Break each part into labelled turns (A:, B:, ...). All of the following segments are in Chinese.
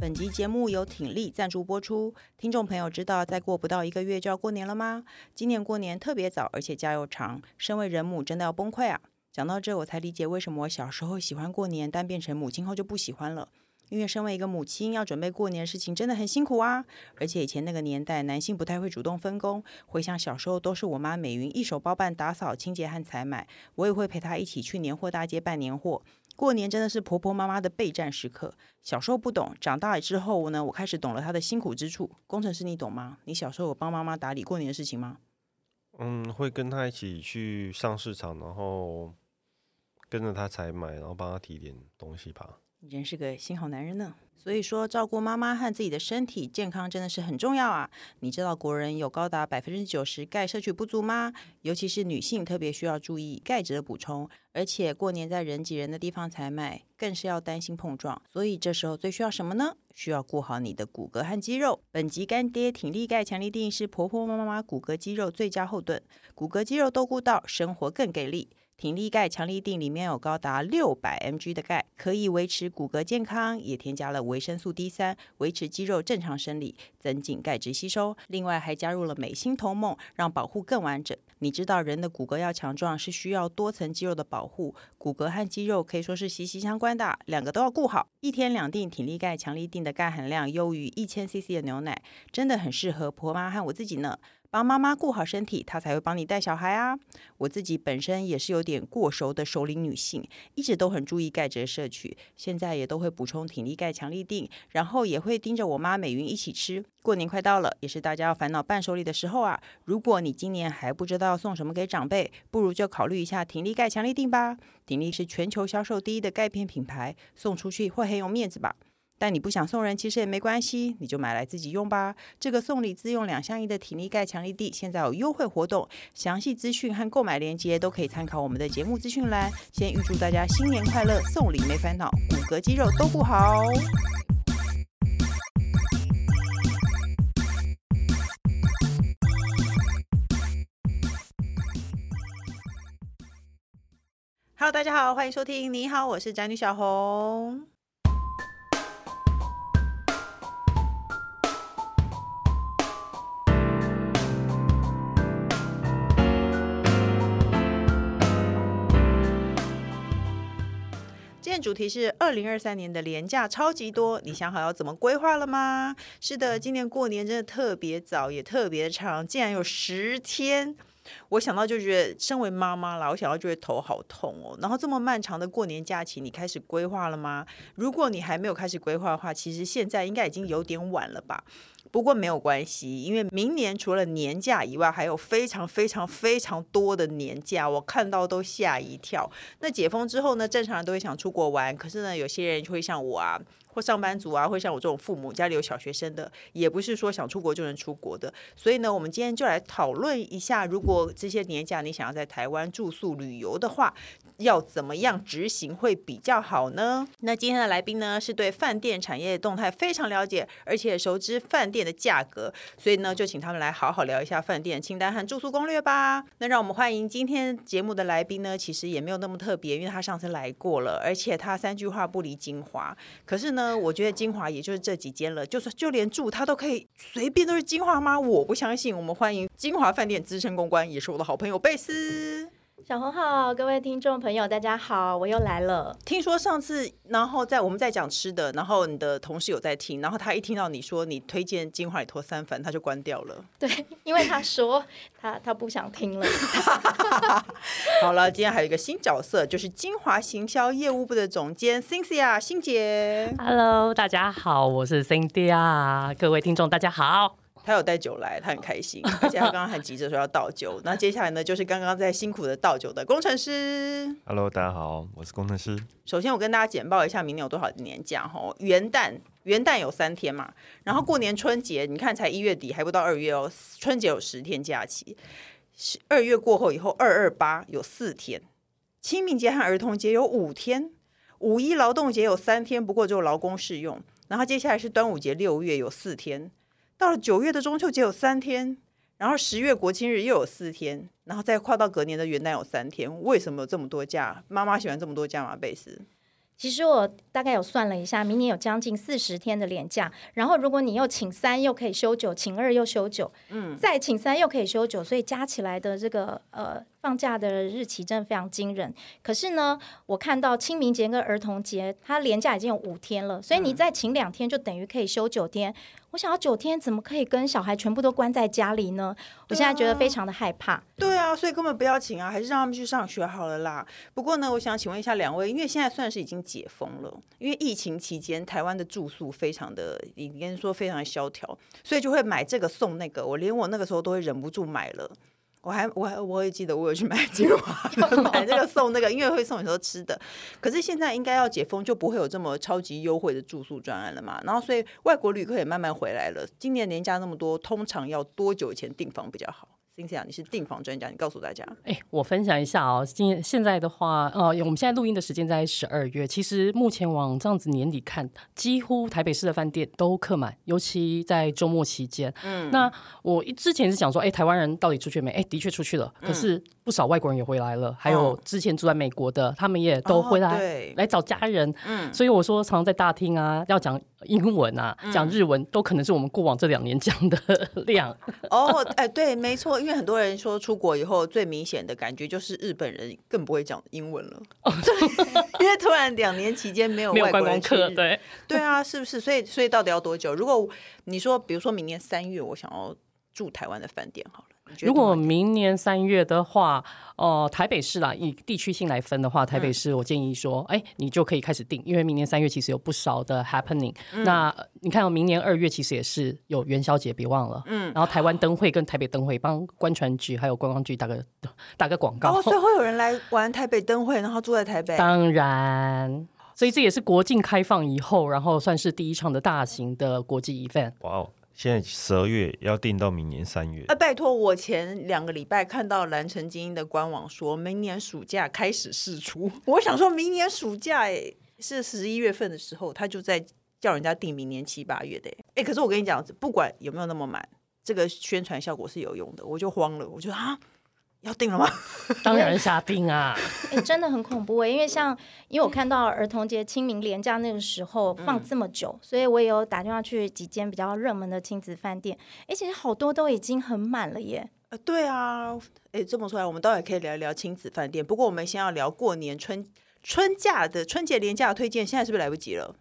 A: 本集节目由挺立赞助播出。听众朋友知道，再过不到一个月就要过年了吗？今年过年特别早，而且假又长，身为人母真的要崩溃啊！讲到这，我才理解为什么我小时候喜欢过年，但变成母亲后就不喜欢了。因为身为一个母亲，要准备过年的事情真的很辛苦啊！而且以前那个年代，男性不太会主动分工。回想小时候，都是我妈美云一手包办打扫、清洁和采买，我也会陪她一起去年货大街办年货。过年真的是婆婆妈妈的备战时刻。小时候不懂，长大之后呢，我开始懂了她的辛苦之处。工程师，你懂吗？你小时候有帮妈妈打理过年的事情吗？
B: 嗯，会跟他一起去上市场，然后跟着他采买，然后帮他提点东西吧。
A: 你真是个心好男人呢。所以说，照顾妈妈和自己的身体健康真的是很重要啊！你知道国人有高达百分之九十钙摄取不足吗？尤其是女性特别需要注意钙质的补充，而且过年在人挤人的地方采买，更是要担心碰撞。所以这时候最需要什么呢？需要顾好你的骨骼和肌肉。本集干爹挺立钙强力定是婆婆妈妈骨骼肌肉最佳后盾，骨骼肌肉都顾到，生活更给力。挺立钙强力定里面有高达六百 mg 的钙，可以维持骨骼健康，也添加了维生素 D 三，维持肌肉正常生理，增进钙质吸收。另外还加入了镁锌同盟，让保护更完整。你知道人的骨骼要强壮是需要多层肌肉的保护，骨骼和肌肉可以说是息息相关的，两个都要顾好。一天两锭挺立钙强力定的钙含量优于一千 CC 的牛奶，真的很适合婆妈和我自己呢。帮妈妈顾好身体，她才会帮你带小孩啊。我自己本身也是有点过熟的熟龄女性，一直都很注意钙质的摄取，现在也都会补充挺力钙强力定，然后也会盯着我妈美云一起吃。过年快到了，也是大家要烦恼伴手礼的时候啊。如果你今年还不知道要送什么给长辈，不如就考虑一下挺力钙强力定吧。挺力是全球销售第一的钙片品牌，送出去会很有面子吧。但你不想送人，其实也没关系，你就买来自己用吧。这个送礼自用两相宜的体力钙强力地，现在有优惠活动，详细资讯和购买链接都可以参考我们的节目资讯栏。先预祝大家新年快乐，送礼没烦恼，骨骼肌肉都顾好哦。Hello，大家好，欢迎收听。你好，我是宅女小红。今天主题是二零二三年的廉价超级多，你想好要怎么规划了吗？是的，今年过年真的特别早，也特别长，竟然有十天。我想到就觉得，身为妈妈啦，我想到就会头好痛哦。然后这么漫长的过年假期，你开始规划了吗？如果你还没有开始规划的话，其实现在应该已经有点晚了吧。不过没有关系，因为明年除了年假以外，还有非常非常非常多的年假，我看到都吓一跳。那解封之后呢，正常人都会想出国玩，可是呢，有些人就会像我啊，或上班族啊，会像我这种父母家里有小学生的，也不是说想出国就能出国的。所以呢，我们今天就来讨论一下，如果这些年假你想要在台湾住宿旅游的话，要怎么样执行会比较好呢？那今天的来宾呢，是对饭店产业动态非常了解，而且熟知饭店的价格，所以呢，就请他们来好好聊一下饭店清单和住宿攻略吧。那让我们欢迎今天节目的来宾呢，其实也没有那么特别，因为他上次来过了，而且他三句话不离精华。可是呢，我觉得精华也就是这几间了，就算就连住他都可以随便都是精华吗？我不相信。我们欢迎金华饭店资深公关，也是我的好朋友贝斯。
C: 小红好，各位听众朋友，大家好，我又来了。
A: 听说上次，然后在我们在讲吃的，然后你的同事有在听，然后他一听到你说你推荐金华里托三番，他就关掉了。
C: 对，因为他说他他不想听了，
A: 好了，今天还有一个新角色，就是金华行销业务部的总监 Cynthia 欣姐，
D: Hello，大家好，我是 Cindy 啊，各位听众大家好。
A: 她有带酒来，她很开心，而且她刚刚很急着说要倒酒。那接下来呢，就是刚刚在辛苦的倒酒的工程师。
B: Hello，大家好，我是工程师。
A: 首先，我跟大家简报一下明年有多少年假吼，元旦元旦有三天嘛，然后过年春节，你看才一月底，还不到二月哦，春节有十天假期，十二月过后以后，二二八有四天，清明节和儿童节有五天，五一劳动节有三天，不过只有劳工适用，然后接下来是端午节六月有四天，到了九月的中秋节有三天。然后十月国庆日又有四天，然后再跨到隔年的元旦有三天。为什么有这么多假？妈妈喜欢这么多假吗？贝斯？
C: 其实我大概有算了一下，明年有将近四十天的连假，然后如果你又请三又可以休九，请二又休九，嗯，再请三又可以休九，所以加起来的这个呃放假的日期真的非常惊人。可是呢，我看到清明节跟儿童节，它连假已经有五天了，所以你再请两天就等于可以休九天。我想要九天怎么可以跟小孩全部都关在家里呢？我现在觉得非常的害怕。
A: 对啊，所以根本不要请啊，还是让他们去上学好了啦。不过呢，我想请问一下两位，因为现在算是已经解封了，因为疫情期间台湾的住宿非常的，应该说非常的萧条，所以就会买这个送那个。我连我那个时候都会忍不住买了。我还我还我也记得我有去买金 华，买这个送那个，因为会送很多吃的。可是现在应该要解封，就不会有这么超级优惠的住宿专案了嘛。然后所以外国旅客也慢慢回来了。今年年假那么多，通常要多久以前订房比较好？c y n t h i 你是订房专家，你告诉大家。
D: 哎、我分享一下哦，今现在的话，呃，我们现在录音的时间在十二月。其实目前往这样子年底看，几乎台北市的饭店都客满，尤其在周末期间。嗯，那我一之前是想说，哎、台湾人到底出去没？哎、的确出去了，
A: 嗯
D: 可是不少外国人也回来了，还有之前住在美国的，他们也都回来、
A: 哦对
D: 来找家人。嗯，所以我说，常常在大厅啊，要讲英文啊，
A: 嗯
D: 讲日文，都可能是我们过往这两年讲的
A: 呃
D: 量。
A: 哦，哎，对，没错，因为很多人说出国以后最明显的感觉就是日本人更不会讲英文了， 对，因为突然两年期间没有
D: 哦没有
A: 外
D: 观
A: 国
D: 光
A: 人去
D: 客，
A: 日
D: 对，
A: 对啊，是不是？所以所以到底要多久？如果你说，比如说明年三月，我想要住台湾的饭店好了，你觉得
D: 如果
A: 多少
D: 明年三月的话，呃，台北市啦，以地区性来分的话，台北市我建议说，哎、你就可以开始定，因为明年三月其实有不少的 happening、
A: 嗯
D: 那呃你看、哦，明年二月其实也是有元宵节，别忘了。嗯。然后台湾灯会跟台北灯会帮观船局还有观光局打个打个广告。
A: 哦，所以会有人来玩台北灯会，然后住在台北。
D: 当然，所以这也是国境开放以后，然后算是第一场的大型的国 际 event。
B: 哇哦，现在十二月要定到明年三月
A: 啊，，拜托！我前两个礼拜看到蓝城精英的官网说，明年暑假开始试出。 我想说明年暑假哎，是十一月份的时候，他就在叫人家订明年七八月的哎。诶可是我跟你讲，不管有没有那么满，这个宣传效果是有用的。我就慌了，我就啊，要订了吗？
D: 当然下定啊，
C: 欸、真的很恐怖欸，因为像因为我看到儿童节、清明连假那个时候放这么久，所以我也有打电话去几间比较热门的亲子饭店，而且好多都已经很满了耶。
A: 呃，对啊，哎，这么说来，我们倒也可以聊一聊亲子饭店。不过我们先要聊过年春春假的春节连假的推荐，现在是不是来不及了？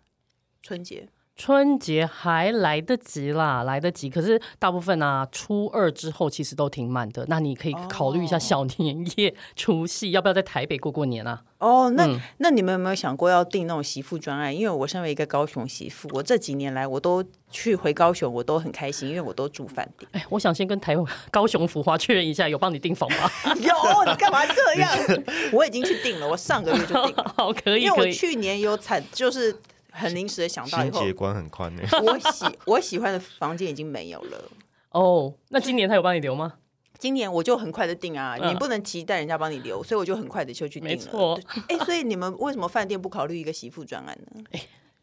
A: 春节
D: 春节还来得及啦，来得及。可是大部分啊，初二之后其实都挺满的。那你可以
A: 哦
D: 考虑一下小年夜、除夕要不要在台北过过年啊？
A: 哦，那、那你们有没有想过要订那种媳妇专案？因为我身为一个高雄媳妇，我这几年来我都去回高雄，我都很开心，因为我都住饭 店。
D: 哎，我想先跟台高雄浮华确认一下，有帮你订房吗？
A: 有你干嘛这样？ 我已经去订了，我上个月就订 了，
D: 好，可以，
A: 因为
D: 可
A: 我
D: 以。
A: 去年有惨，就是很临时的想到以
B: 新
A: 后
B: 节，观很宽 呢、
A: 我喜我喜欢的房间已经没有了。
D: 哦，那今年他有帮你留吗？
A: 今年我就很快的订啊，
D: 嗯
A: 你不能期待人家帮你留，所以我就很快的就去订了。
D: 没错
A: 对，哎，所以你们为什么饭店不考虑一个媳妇专案呢？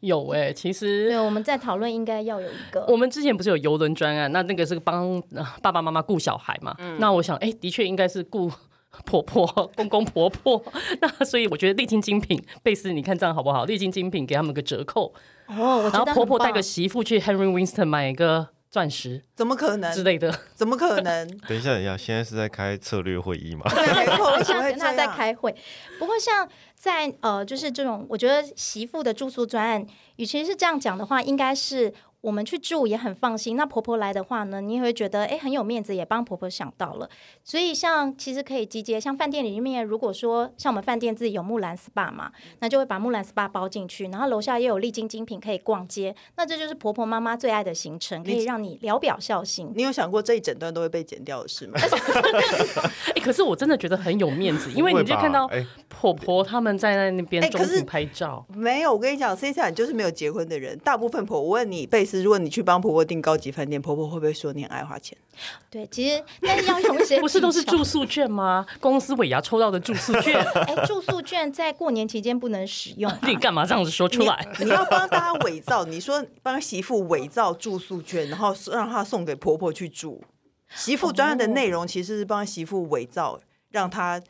D: 有哎、其实
C: 对，。我们在讨论应该要有一个
D: 我们之前不是有游轮专案，那那个是帮呃爸爸妈妈顾小孩嘛？
C: 嗯
D: 那我想，哎、的确应该是顾婆婆、公公婆婆。那所以我觉得历经精品，贝斯，你看这样好不好？历经精品给他们个折扣，
C: 哦，我觉
D: 然
C: 得
D: 后
C: 很
D: 婆婆带
C: 棒
D: 个媳妇去 Henry Winston 买一个钻石
A: 怎么可
D: 之
A: 能？
D: 类
C: 嗯
D: 的。
A: 怎么可能？
B: 等一下，等一下，现在是在开策略会议嘛？
A: 对， 没 错，为什么
C: 像
A: 会
C: 跟他
A: 这
C: 在
A: 样？
C: 开会。不过像在呃，就是这种，我觉得媳妇的住宿专案，与其是这样讲的话，应该是。我们去住也很放心，那婆婆来的话呢，你也会觉得诶很有面子，也帮婆婆想到了。所以像其实可以集结，像饭店里面，如果说像我们饭店自己有木兰 SPA 嘛，那就会把木兰 SPA 包进去，然后楼下也有丽晶精品可以逛街，那这就是婆婆妈妈最爱的行程，可以让你聊表孝心。
A: 你有想过这一整段都会被剪掉的事吗？
D: 哎、可是我真的觉得很有面子，因为
B: 不
D: 你
B: 会
D: 就
B: 吧
D: 看到
B: 哎
D: 婆婆他们在那边
A: 哎
D: 中
A: 可是
D: 途拍照，
A: 没有，我跟你讲，现在你就是没有结婚的人，大部分婆，我问你，贝斯，如果你去帮婆婆订高级饭店，婆婆会不会说你很爱花钱？
C: 对，其实但哎是要用一些
D: 不是都是
C: 技巧
D: 住宿券吗？公司尾牙抽到的住宿 券，
C: 哎，住宿券在过年期间不能使用啊、
D: 你干嘛这样子说出来？
A: 你要帮大家伪造，你说帮媳妇伪造住宿券，然后让她送给婆婆去住，媳妇专案的内容其实是帮媳妇伪造，让她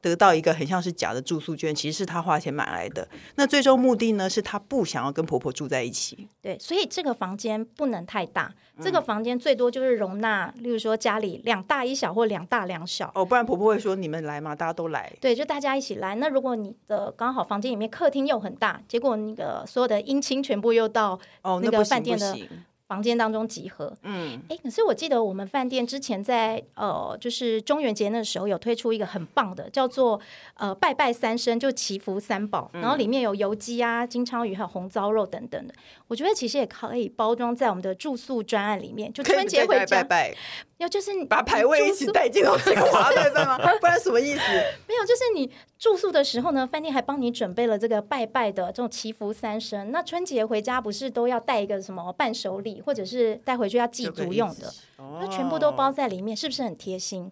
A: 得到一个很像是假的住宿券，其实是她花钱买来的。那最终目的呢，是她不想要跟婆婆住在一起。
C: 对，所以这个房间不能太大，这个房间最多就是容纳，例如说家里两大一小或两大两小。
A: 哦，不然婆婆会说你们来嘛，大家都来。
C: 对，就大家一起来。那如果你的刚好房间里面客厅又很大，结果那个所有的姻亲全部又到
A: 哦，
C: 那
A: 那
C: 个
A: 不行
C: 饭店
A: 不
C: 的
A: 行。
C: 房间当中集合，
A: 嗯，
C: 诶，可是我记得我们饭店之前在呃，就是中元节那时候有推出一个很棒的，叫做呃拜拜三生，就祈福三宝，
A: 嗯
C: 然后里面有油鸡啊、金枪鱼还有红糟肉等等的。我觉得其实也可以包装在我们的住宿专案里面，就
A: 可以
C: 春节
A: 再
C: 回
A: 带
C: 家
A: 拜，拜，
C: 要就是你
A: 把牌位一起
C: 住宿
A: 带进到这个华拜拜吗？不然什么意 思？
C: 没有，就是你住宿的时候呢，饭店还帮你准备了这个拜拜的这种祈福三生。那春节回家不是都要带一个什么伴手礼，或者是带回去要祭祖用的，
A: 哦，
C: 那全部都包在里面，是不是很贴心？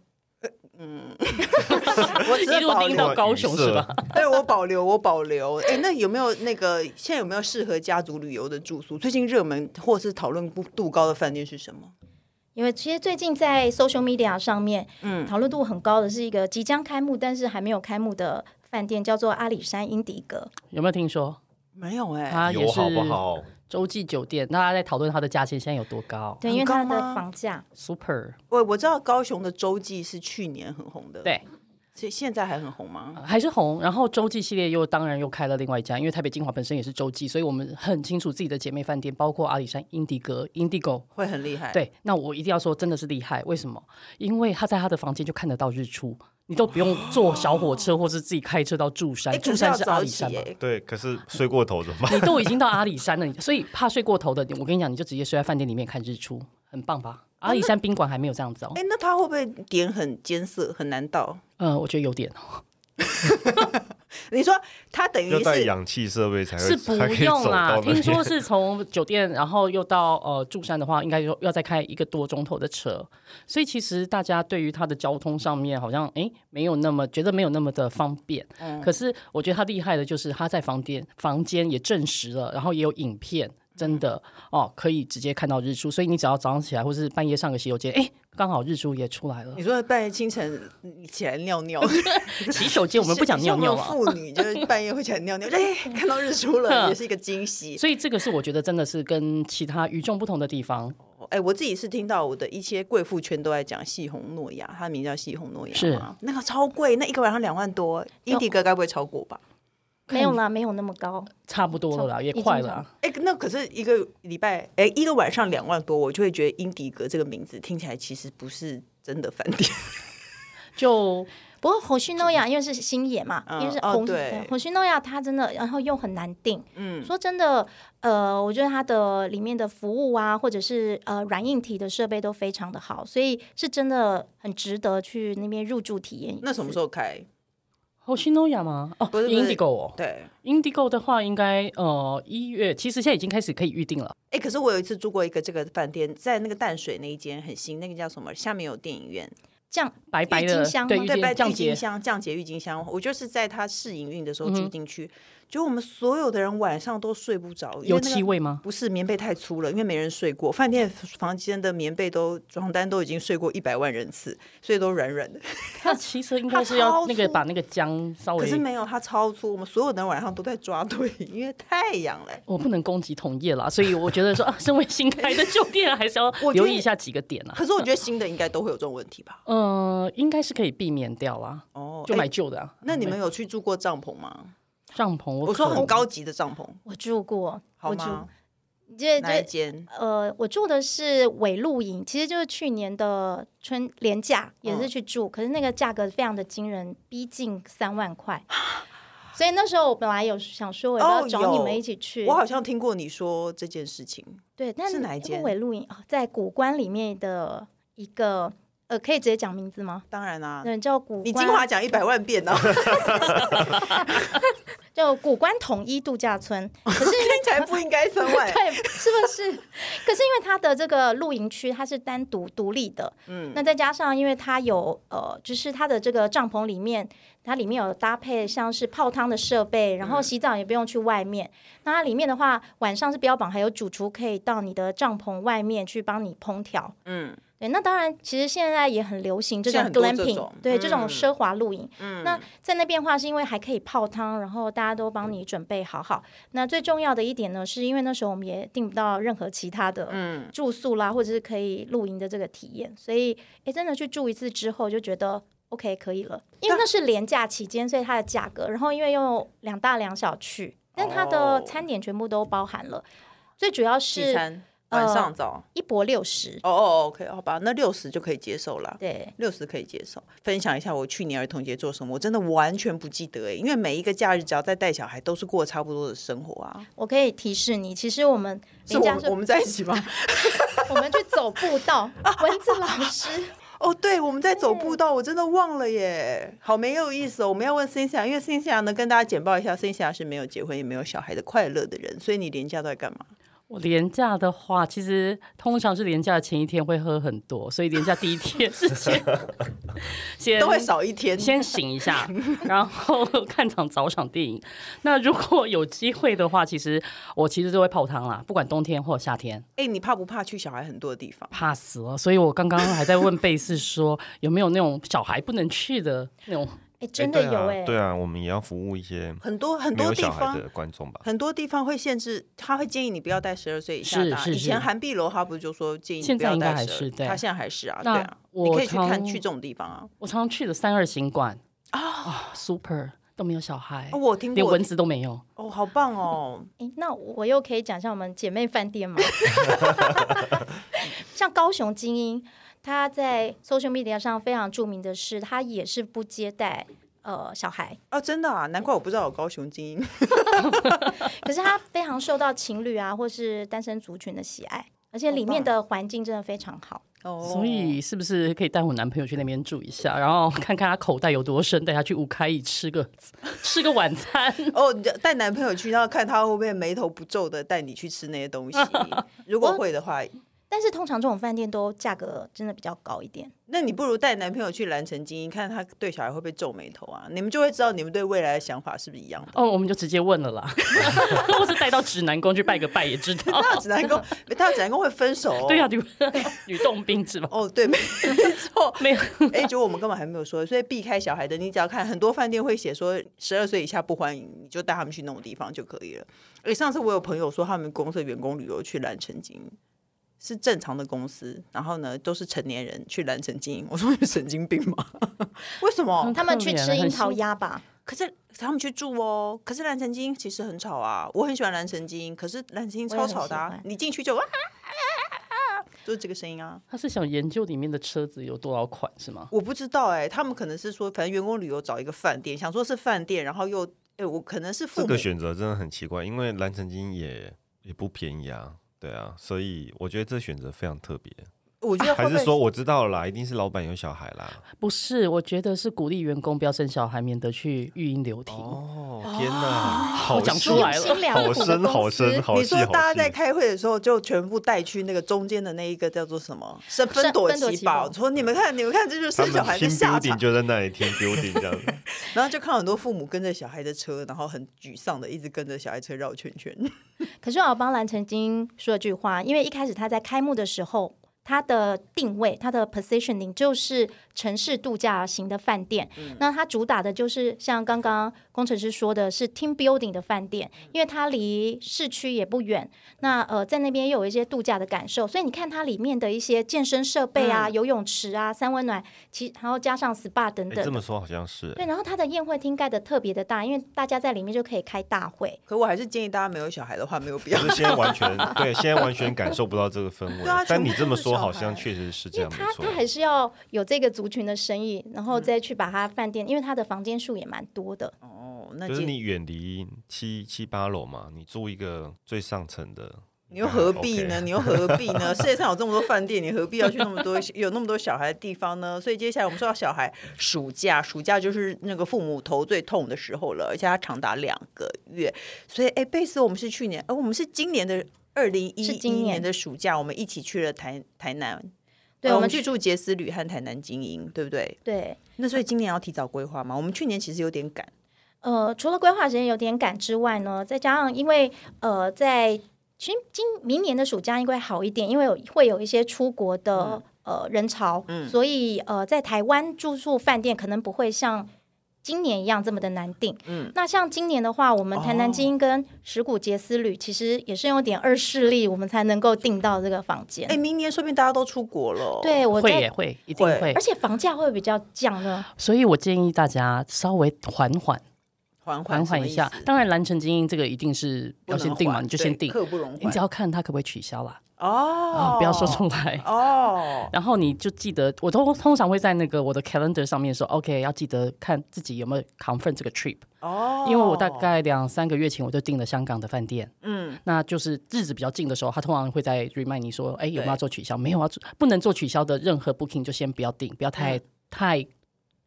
A: 我只
D: 一
A: 是
D: 路
A: 保
D: 盯
A: 留
D: 到高雄是吧？
A: 对我保留，我保留。哎，那有没有那个现在有没有适合家族旅游的住宿？最近热门或是讨论度高的饭店是什么？
C: 因为其实最近在 social media 上面，嗯，讨论度很高的是一个即将开幕但是还没有开幕的饭店，叫做阿里山英迪格。
D: 有没有听说？
A: 没有哎、
D: 它啊也
B: 有
D: 是
B: 好不好？
D: 洲际酒店，那大家在讨论它的价钱现在有多高
C: 对，
A: 很
C: 因为它
A: 高吗
C: 的房价，
D: ？Super，
A: 我我知道高雄的洲际是去年很红的，，
D: 对，
A: 现现在还很红吗？
D: 还是红。然后洲际系列又当然又开了另外一家，因为台北精华本身也是洲际，所以我们很清楚自己的姐妹饭店，包括阿里山、英迪格、Indigo。
A: 会很厉害，，
D: 对，那我一定要说，真的是厉害。为什么？因为他在他的房间就看得到日出，你都不用坐小火车，或是自己开车到柱山
A: 哎，。
D: 柱
A: 可
D: 山
A: 要
D: 是阿
A: 早
D: 里
A: 起
D: 山嘛
A: 哎、？
B: 对，可是睡过头怎么办？
D: 你都已经到阿里山了，你所以怕睡过头的，我跟你讲，你就直接睡在饭店里面看日出，很棒吧？阿里山宾馆还没有这样子哦。
A: 哦哎、那他会不会点很艰涩，很难到？
D: 嗯，我觉得有点哦，
A: 你说他等于
B: 要带
A: 是
B: 氧气设备才会
D: 是不
B: 才可以
D: 用
B: 走
D: 啦。
B: 到那
D: 听说
B: 边。哎
D: 是从酒店，然后又到呃柱山的话，应该要要再开一个多钟头的车，所以其实大家对于它的交通上面好像诶没有那么觉得没有那么的方便。
B: 嗯
D: 可是我觉得它厉害的就是它在房间房间也证实了，然后也有影片。真的
B: 嗯
D: 哦，可以直接看到日出，所以你只要早上起来，或是半夜上个洗手间，诶，刚好日出也出来了
B: 嗯
A: 你。说半夜清晨你起来尿尿，
D: 洗手间我们不讲尿尿
A: 像
D: 啊，嗯
A: 我们妇女就是半夜会起来尿尿，哎、看到日出了也是一个惊喜。
D: 所以这个是我觉得真的是跟其他与众不同的地方。
A: 哎、我自己是听到我的一些贵妇圈都在讲细红诺亚，它的名叫细红诺亚嘛，
D: 是
A: 那个超贵，那一个晚上两万多，英迪格该不会超过吧？
C: 没有啦，没有那么高。
D: 差不多了啦，也
C: 已经
D: 快
C: 差
D: 了
C: 不
D: 啊。
A: 哎、那可是一个礼拜，哎、一个晚上两万多，我就会觉得英迪格这个名字听起来其实不是真的饭店，
D: 就
C: 不过红须诺亚因为是星野嘛，
A: 嗯
C: 因为是
A: 哦
C: 红
A: 对
C: 红须诺亚它真的，然后又很难定。
A: 嗯，
C: 说真的，呃，我觉得它的里面的服务啊，或者是呃软硬体的设备都非常的好，所以是真的很值得去那边入住体验一次。
A: 那什么时候开？
D: 哦，新诺亚吗？哦，
A: 不是不是
D: Indigo 哦
A: 对，哎、
D: ，Indigo 的话应该呃一月，其实现在已经开始可以预定了。
A: 可是我有一次住过一个这个饭店，在那个淡水那一间很新，那个叫什么？下面有电影院，哦
C: 这样？
D: 白白
C: 郁金
D: 的
C: 香，
D: 对，
C: 吗
D: 郁
A: 对，
D: 金
A: 白
D: 降
A: 郁金
D: 节，嗯
A: 香、降节郁金香，我就是在它试营运的时候住进去，就我们所有的人晚上都睡不着，因为
D: 有
A: 那个
D: 气味 吗？
A: 不是棉被太粗了，因为没人睡过，饭店房间的棉被都床单都已经睡过一百万人次，所以都软软的。
D: 它其实应
A: 它
D: 该是要
A: 超
D: 那个
A: 粗
D: 把那个姜稍
A: 可是
D: 微。
A: 没有，它超粗，我们所有的人晚上都在抓对，因为太阳了。
D: 我不能攻击同业啦，所以我觉得说啊，身为新开的酒店，还是要
A: 我觉得
D: 留意一下几个点啊。
A: 可是我觉得新的应该都会有这种问题吧？
D: 嗯，应该是可以避免掉啦，
A: 哦，
D: 就买
A: 哎
D: 旧的啊。
A: 那你们有去住过帐篷吗？
D: 帐篷，我
A: 我说
D: 可
A: 很高级的帐篷，
C: 我住过，
A: 好
C: 我住，
A: 吗？
C: 这
A: 哪一
C: 这
A: 间？
C: 呃，我住的是尾露营，其实就是去年的春廉价，也
A: 嗯
C: 是去住，可是那个价格非常的惊人，逼近三 万块。所以那时候我本来有想说，我要不
A: 哦
C: 要找你
A: 有
C: 们一起去？
A: 我好像听过你说这件事情。
C: 对，但
A: 是哪一
C: 因为
A: 间
C: 尾露营哦，在古关里面的一个呃，可以直接讲名字吗？
A: 当然啦、
C: 嗯，叫古
A: 啊你
C: 关
A: 精华讲一百万遍 呢、啊，
C: 叫古关统一度假村，可是
A: 听起来不应该三万。
C: 对，是不是？ 可是因为它的这个露营区它是单独独立的，嗯，那再加上因为它有呃，就是它的这个帐篷里面，它里面有搭配像是泡汤的设备，然后洗澡也不用去外面。那它里面的话，晚上是标榜还有主厨可以到你的帐篷外面去帮你烹调，嗯。对，那当然，其实现在也很流行这
A: 现
C: 种
A: 在很多这
C: glamping，
A: 种
C: 对这种
A: 嗯
C: 奢华露营。那在那边的话，是因为还可以泡汤，然后大家都帮你准备好好。那最重要的一点呢，是因为那时候我们也订不到任何其他的
A: 嗯
C: 住宿啦，或者是可以露营的这个体验，所以哎，真的去住一次之后就觉得 OK 可以了，因为那是廉价期间，所以它的价格，然后因为又两大两小去，但它
A: 哦
C: 的餐点全部都包含了，最主要
A: 西
C: 是
A: 餐晚上早。
C: 一博六十，
A: 哦哦，OK，好吧，那六十就可以接受了。
C: 对。
A: 六十可以接受，分享一下我去年儿童节做什么，我真的完全不记得哎，因为每一个假日只要在带小孩，都是过差不多的生活啊。
C: 我可以提示你，其实我们
A: 是
C: 人
A: 我
C: 家
A: 们
C: 是
A: 我们在一起吗？
C: 我们去走步道，蚊子老师
A: 哦，对，我们在走步道，我真的忘了耶，好没有意思哦。我们要问森夏，因为森夏呢跟大家简报一下，森夏是没有结婚也没有小孩的快乐的人，所以你连假都在干嘛？
D: 我廉价的话，其实通常是廉价前一天会喝很多，所以廉价第一天是先 先
A: 都会少一天。
D: 先醒一下， 然后看场早场电影。那如果有机会的话，其实我其实就会泡汤啦，不管冬天或夏天，
A: 哎、你怕不怕去小孩很多的地方？
D: 怕死了。所以我刚刚还在问贝斯说 有没有那种小孩不能去的那种。
C: 哎，真的有哎、
D: 欸
B: 哎，对啊，我们也要服务一些
A: 很多很
B: 没
A: 多
B: 有
A: 地
B: 小孩
A: 方
B: 的观众吧。
A: 很多地方会限制，他会建议你不要带十二岁以下的、啊。
D: 是
A: 以
D: 是
A: 前
D: 是
A: 韩碧楼他不是就说建议你
D: 现
A: 不要
D: 在应
A: 带
D: 该还
A: 12
D: 是对
A: 他现在还是啊，对
D: 那
A: 啊，你
D: 我
A: 可以去看
D: 常
A: 去这种地方啊。
D: 我常常去的三二行馆啊、s u p e r 都没有小孩，
A: 哦，我听
D: 连
A: 过
D: 蚊，子都没有。
A: 哦，好棒哦，
C: 诶哎那我又可以讲一下我们姐妹饭店吗？ 像高雄精英，他在 social media 上非常著名的是，他也是不接待呃小孩，
A: 哦，真的啊，难怪我不知道有高雄精英。
C: 可是他非常受到情侣啊或是单身族群的喜爱，而且里面的环境真的非常好。
A: 哦，
D: 所以是不是可以带我男朋友去那边住一下，然后看看他口袋有多深，带他去五开一吃个吃个晚餐？
A: 哦，你就带男朋友去，然后看他会不会眉头不皱的带你去吃那些东西。如果会的话，
C: 但是通常这种饭店都价格真的比较高一点。
A: 那你不如带男朋友去蓝城精英，看他对小孩会不会皱眉头啊？你们就会知道你们对未来的想法是不是一 样的。
D: 哦，我们就直接问了啦， 或是带到指南宫去拜个拜也知道。
A: 他指南宫，他指南宫会分手哦。
D: 对呀、啊女 女动兵是吧？
A: 哦，对，没错。
D: 没有，
A: 哎，结果我们根本还没有说，所以避开小孩的，你只要看很多饭店会写说十二岁以下不欢迎，你就带他们去那种地方就可以了。哎，上次我有朋友说，他们公司的员工旅游去蓝城精英，是正常的公司，然后呢都是成年人去蓝城精英，我说你神经病吗？为什么？
C: 他们去
D: 特别
C: 吃
D: 很
C: 樱桃
D: 辛
C: 鸭吧，
A: 可是他们去住哦，可是蓝城精英其实很吵啊，我很喜欢蓝城精英，可是蓝城精英超吵的、
C: 我也很喜
A: 啊
C: 欢，
A: 你进去就啊啊啊啊啊，就是这个声音啊。
D: 他是想研究里面的车子有多少款是吗？
A: 我不知道哎、他们可能是说，反正员工旅游找一个饭店，想说是饭店，然后又哎、我可能是父
B: 这
A: 母
B: 个选择真的很奇怪，因为蓝城金也也不便宜啊，对啊，所以我觉得这选择非常特别。
A: 我觉得会
B: 还
A: 不会
B: 是说我知道了啦，一定是老板有小孩啦。
D: 不是，我觉得是鼓励员工不要生小孩，免得去育婴流停。
B: 哦，天哪，好
D: 我讲出
B: 细
D: 来了
C: 用心良
B: 好
C: 苦的
B: 深，
C: 公
B: 好
C: 司
B: 深，好
A: 你
B: 细，
A: 说大家
B: 好
A: 在
B: 细。
A: 开会的时候，就全部带去那个中间的那一个叫做什么“是分
C: 分
A: 朵
C: 分朵
A: 奇
C: 其
A: 宝”，
C: 宝
A: 说你们看，你们看，这就是
B: 他
A: 生小
B: 们
A: 孩的
B: team
A: 下场
B: building。就在那里 team building 这样子，
A: 然后就看很多父母跟着小孩的车，然后很沮丧的一直跟着小孩车绕圈 圈。
C: 可是我帮蓝曾经说了句话，因为一开始他在开幕的时候，他的定位、他的 positioning 就是城市度假型的饭店。
B: 嗯
C: 那他主打的就是像刚刚工程师说的是 team building 的饭店，
B: 嗯
C: 因为它离市区也不远。那呃，在那边又有一些度假的感受，所以你看它里面的一些健身设备
B: 嗯
C: 啊、游泳池啊、三温暖，其然后加上 SPA 等
B: 哎，这
C: 等。
B: 么说好像是
C: 对，然后它的宴会厅盖的特别的大，因为大家在里面就可以开大会。
A: 可我还是建议大家没有小孩的话，没有必要
B: 可是现在完全对，现在完全感受不到这个氛围
A: 对啊。
B: 但
A: 全部
B: 你这么
A: 都是
B: 说，
A: 小
B: 好
A: 孩
B: 像确实是这样，没
C: 他
B: 错
C: 他。还是要有这个族群的生意，然后再去把他饭店，因为他的房间数也蛮多的。
A: 嗯哦。那
B: 就是
A: 建
B: 你远离七七八楼嘛，你住一个最上层的，
A: 你又何必呢？
B: OK
A: 你又何必呢？ 世界上有这么多饭店，你何必要去那么多有那么多小孩 的地方呢？所以接下来我们说到小孩，暑假，暑假就是那个父母头最痛的时候了，而且它长达两个月。所以，哎，贝斯，我们是去年，呃，我们是今年的二零一
C: 是
A: 一
C: 今年
A: 年的暑假，我们一起去了台台南，
C: 对，
A: 呃
C: 我
A: 我
C: 们
A: 们去
C: 去
A: 住杰斯旅和台南精英，对不对？
C: 对，
A: 那所以今年要提早规划吗？我们去年其实有点赶，
C: 呃，除了规划时间有点赶之外呢，再加上因为呃，
A: 嗯
C: 在其实今明年的暑假应该会好一点，因为有会有一些出国的、呃人潮，所以呃在台湾住宿饭店可能不会像。今年一样这么的难定，嗯，那像今年的话，我们台南
A: 哦
C: 金跟石鼓杰斯旅其实也是用点二势力，我们才能够订到这个房间。
A: 哎、明年说不定大家都出国了。，
C: 对，我
D: 会
C: 在
D: 也会，一定
A: 会
D: 会
C: 而。且房价会比较降呢。
D: 所以我建议大家稍微缓缓
A: 缓
D: 缓
A: 什
D: 缓
A: 么
D: 一
A: 意
D: 下
A: 思。
D: 当然，蓝城精英这个一定是
A: 不
D: 要
A: 能
D: 先定嘛，
A: 缓
D: 你就
A: 对
D: 先定，
A: 刻不容
D: 你
A: 缓
D: 只。要看他可不可以取消啦。
A: 哦
D: 啊，不要说出来。
A: 哦，
D: 然后你就记得，我通通常会在那个我的 calendar 上面说，OK，要记得看自己有没有 confirm 这个 trip，、
A: 哦，
D: 因为我大概两三个月前我就订了香港的饭店，
A: 嗯，
D: 那就是日子比较近的时候，他通常会在 remind 你说，哎，有没有
A: 对
D: 要做取消？没有要做，不能做取消的任何 booking 就先不要订，不要太、太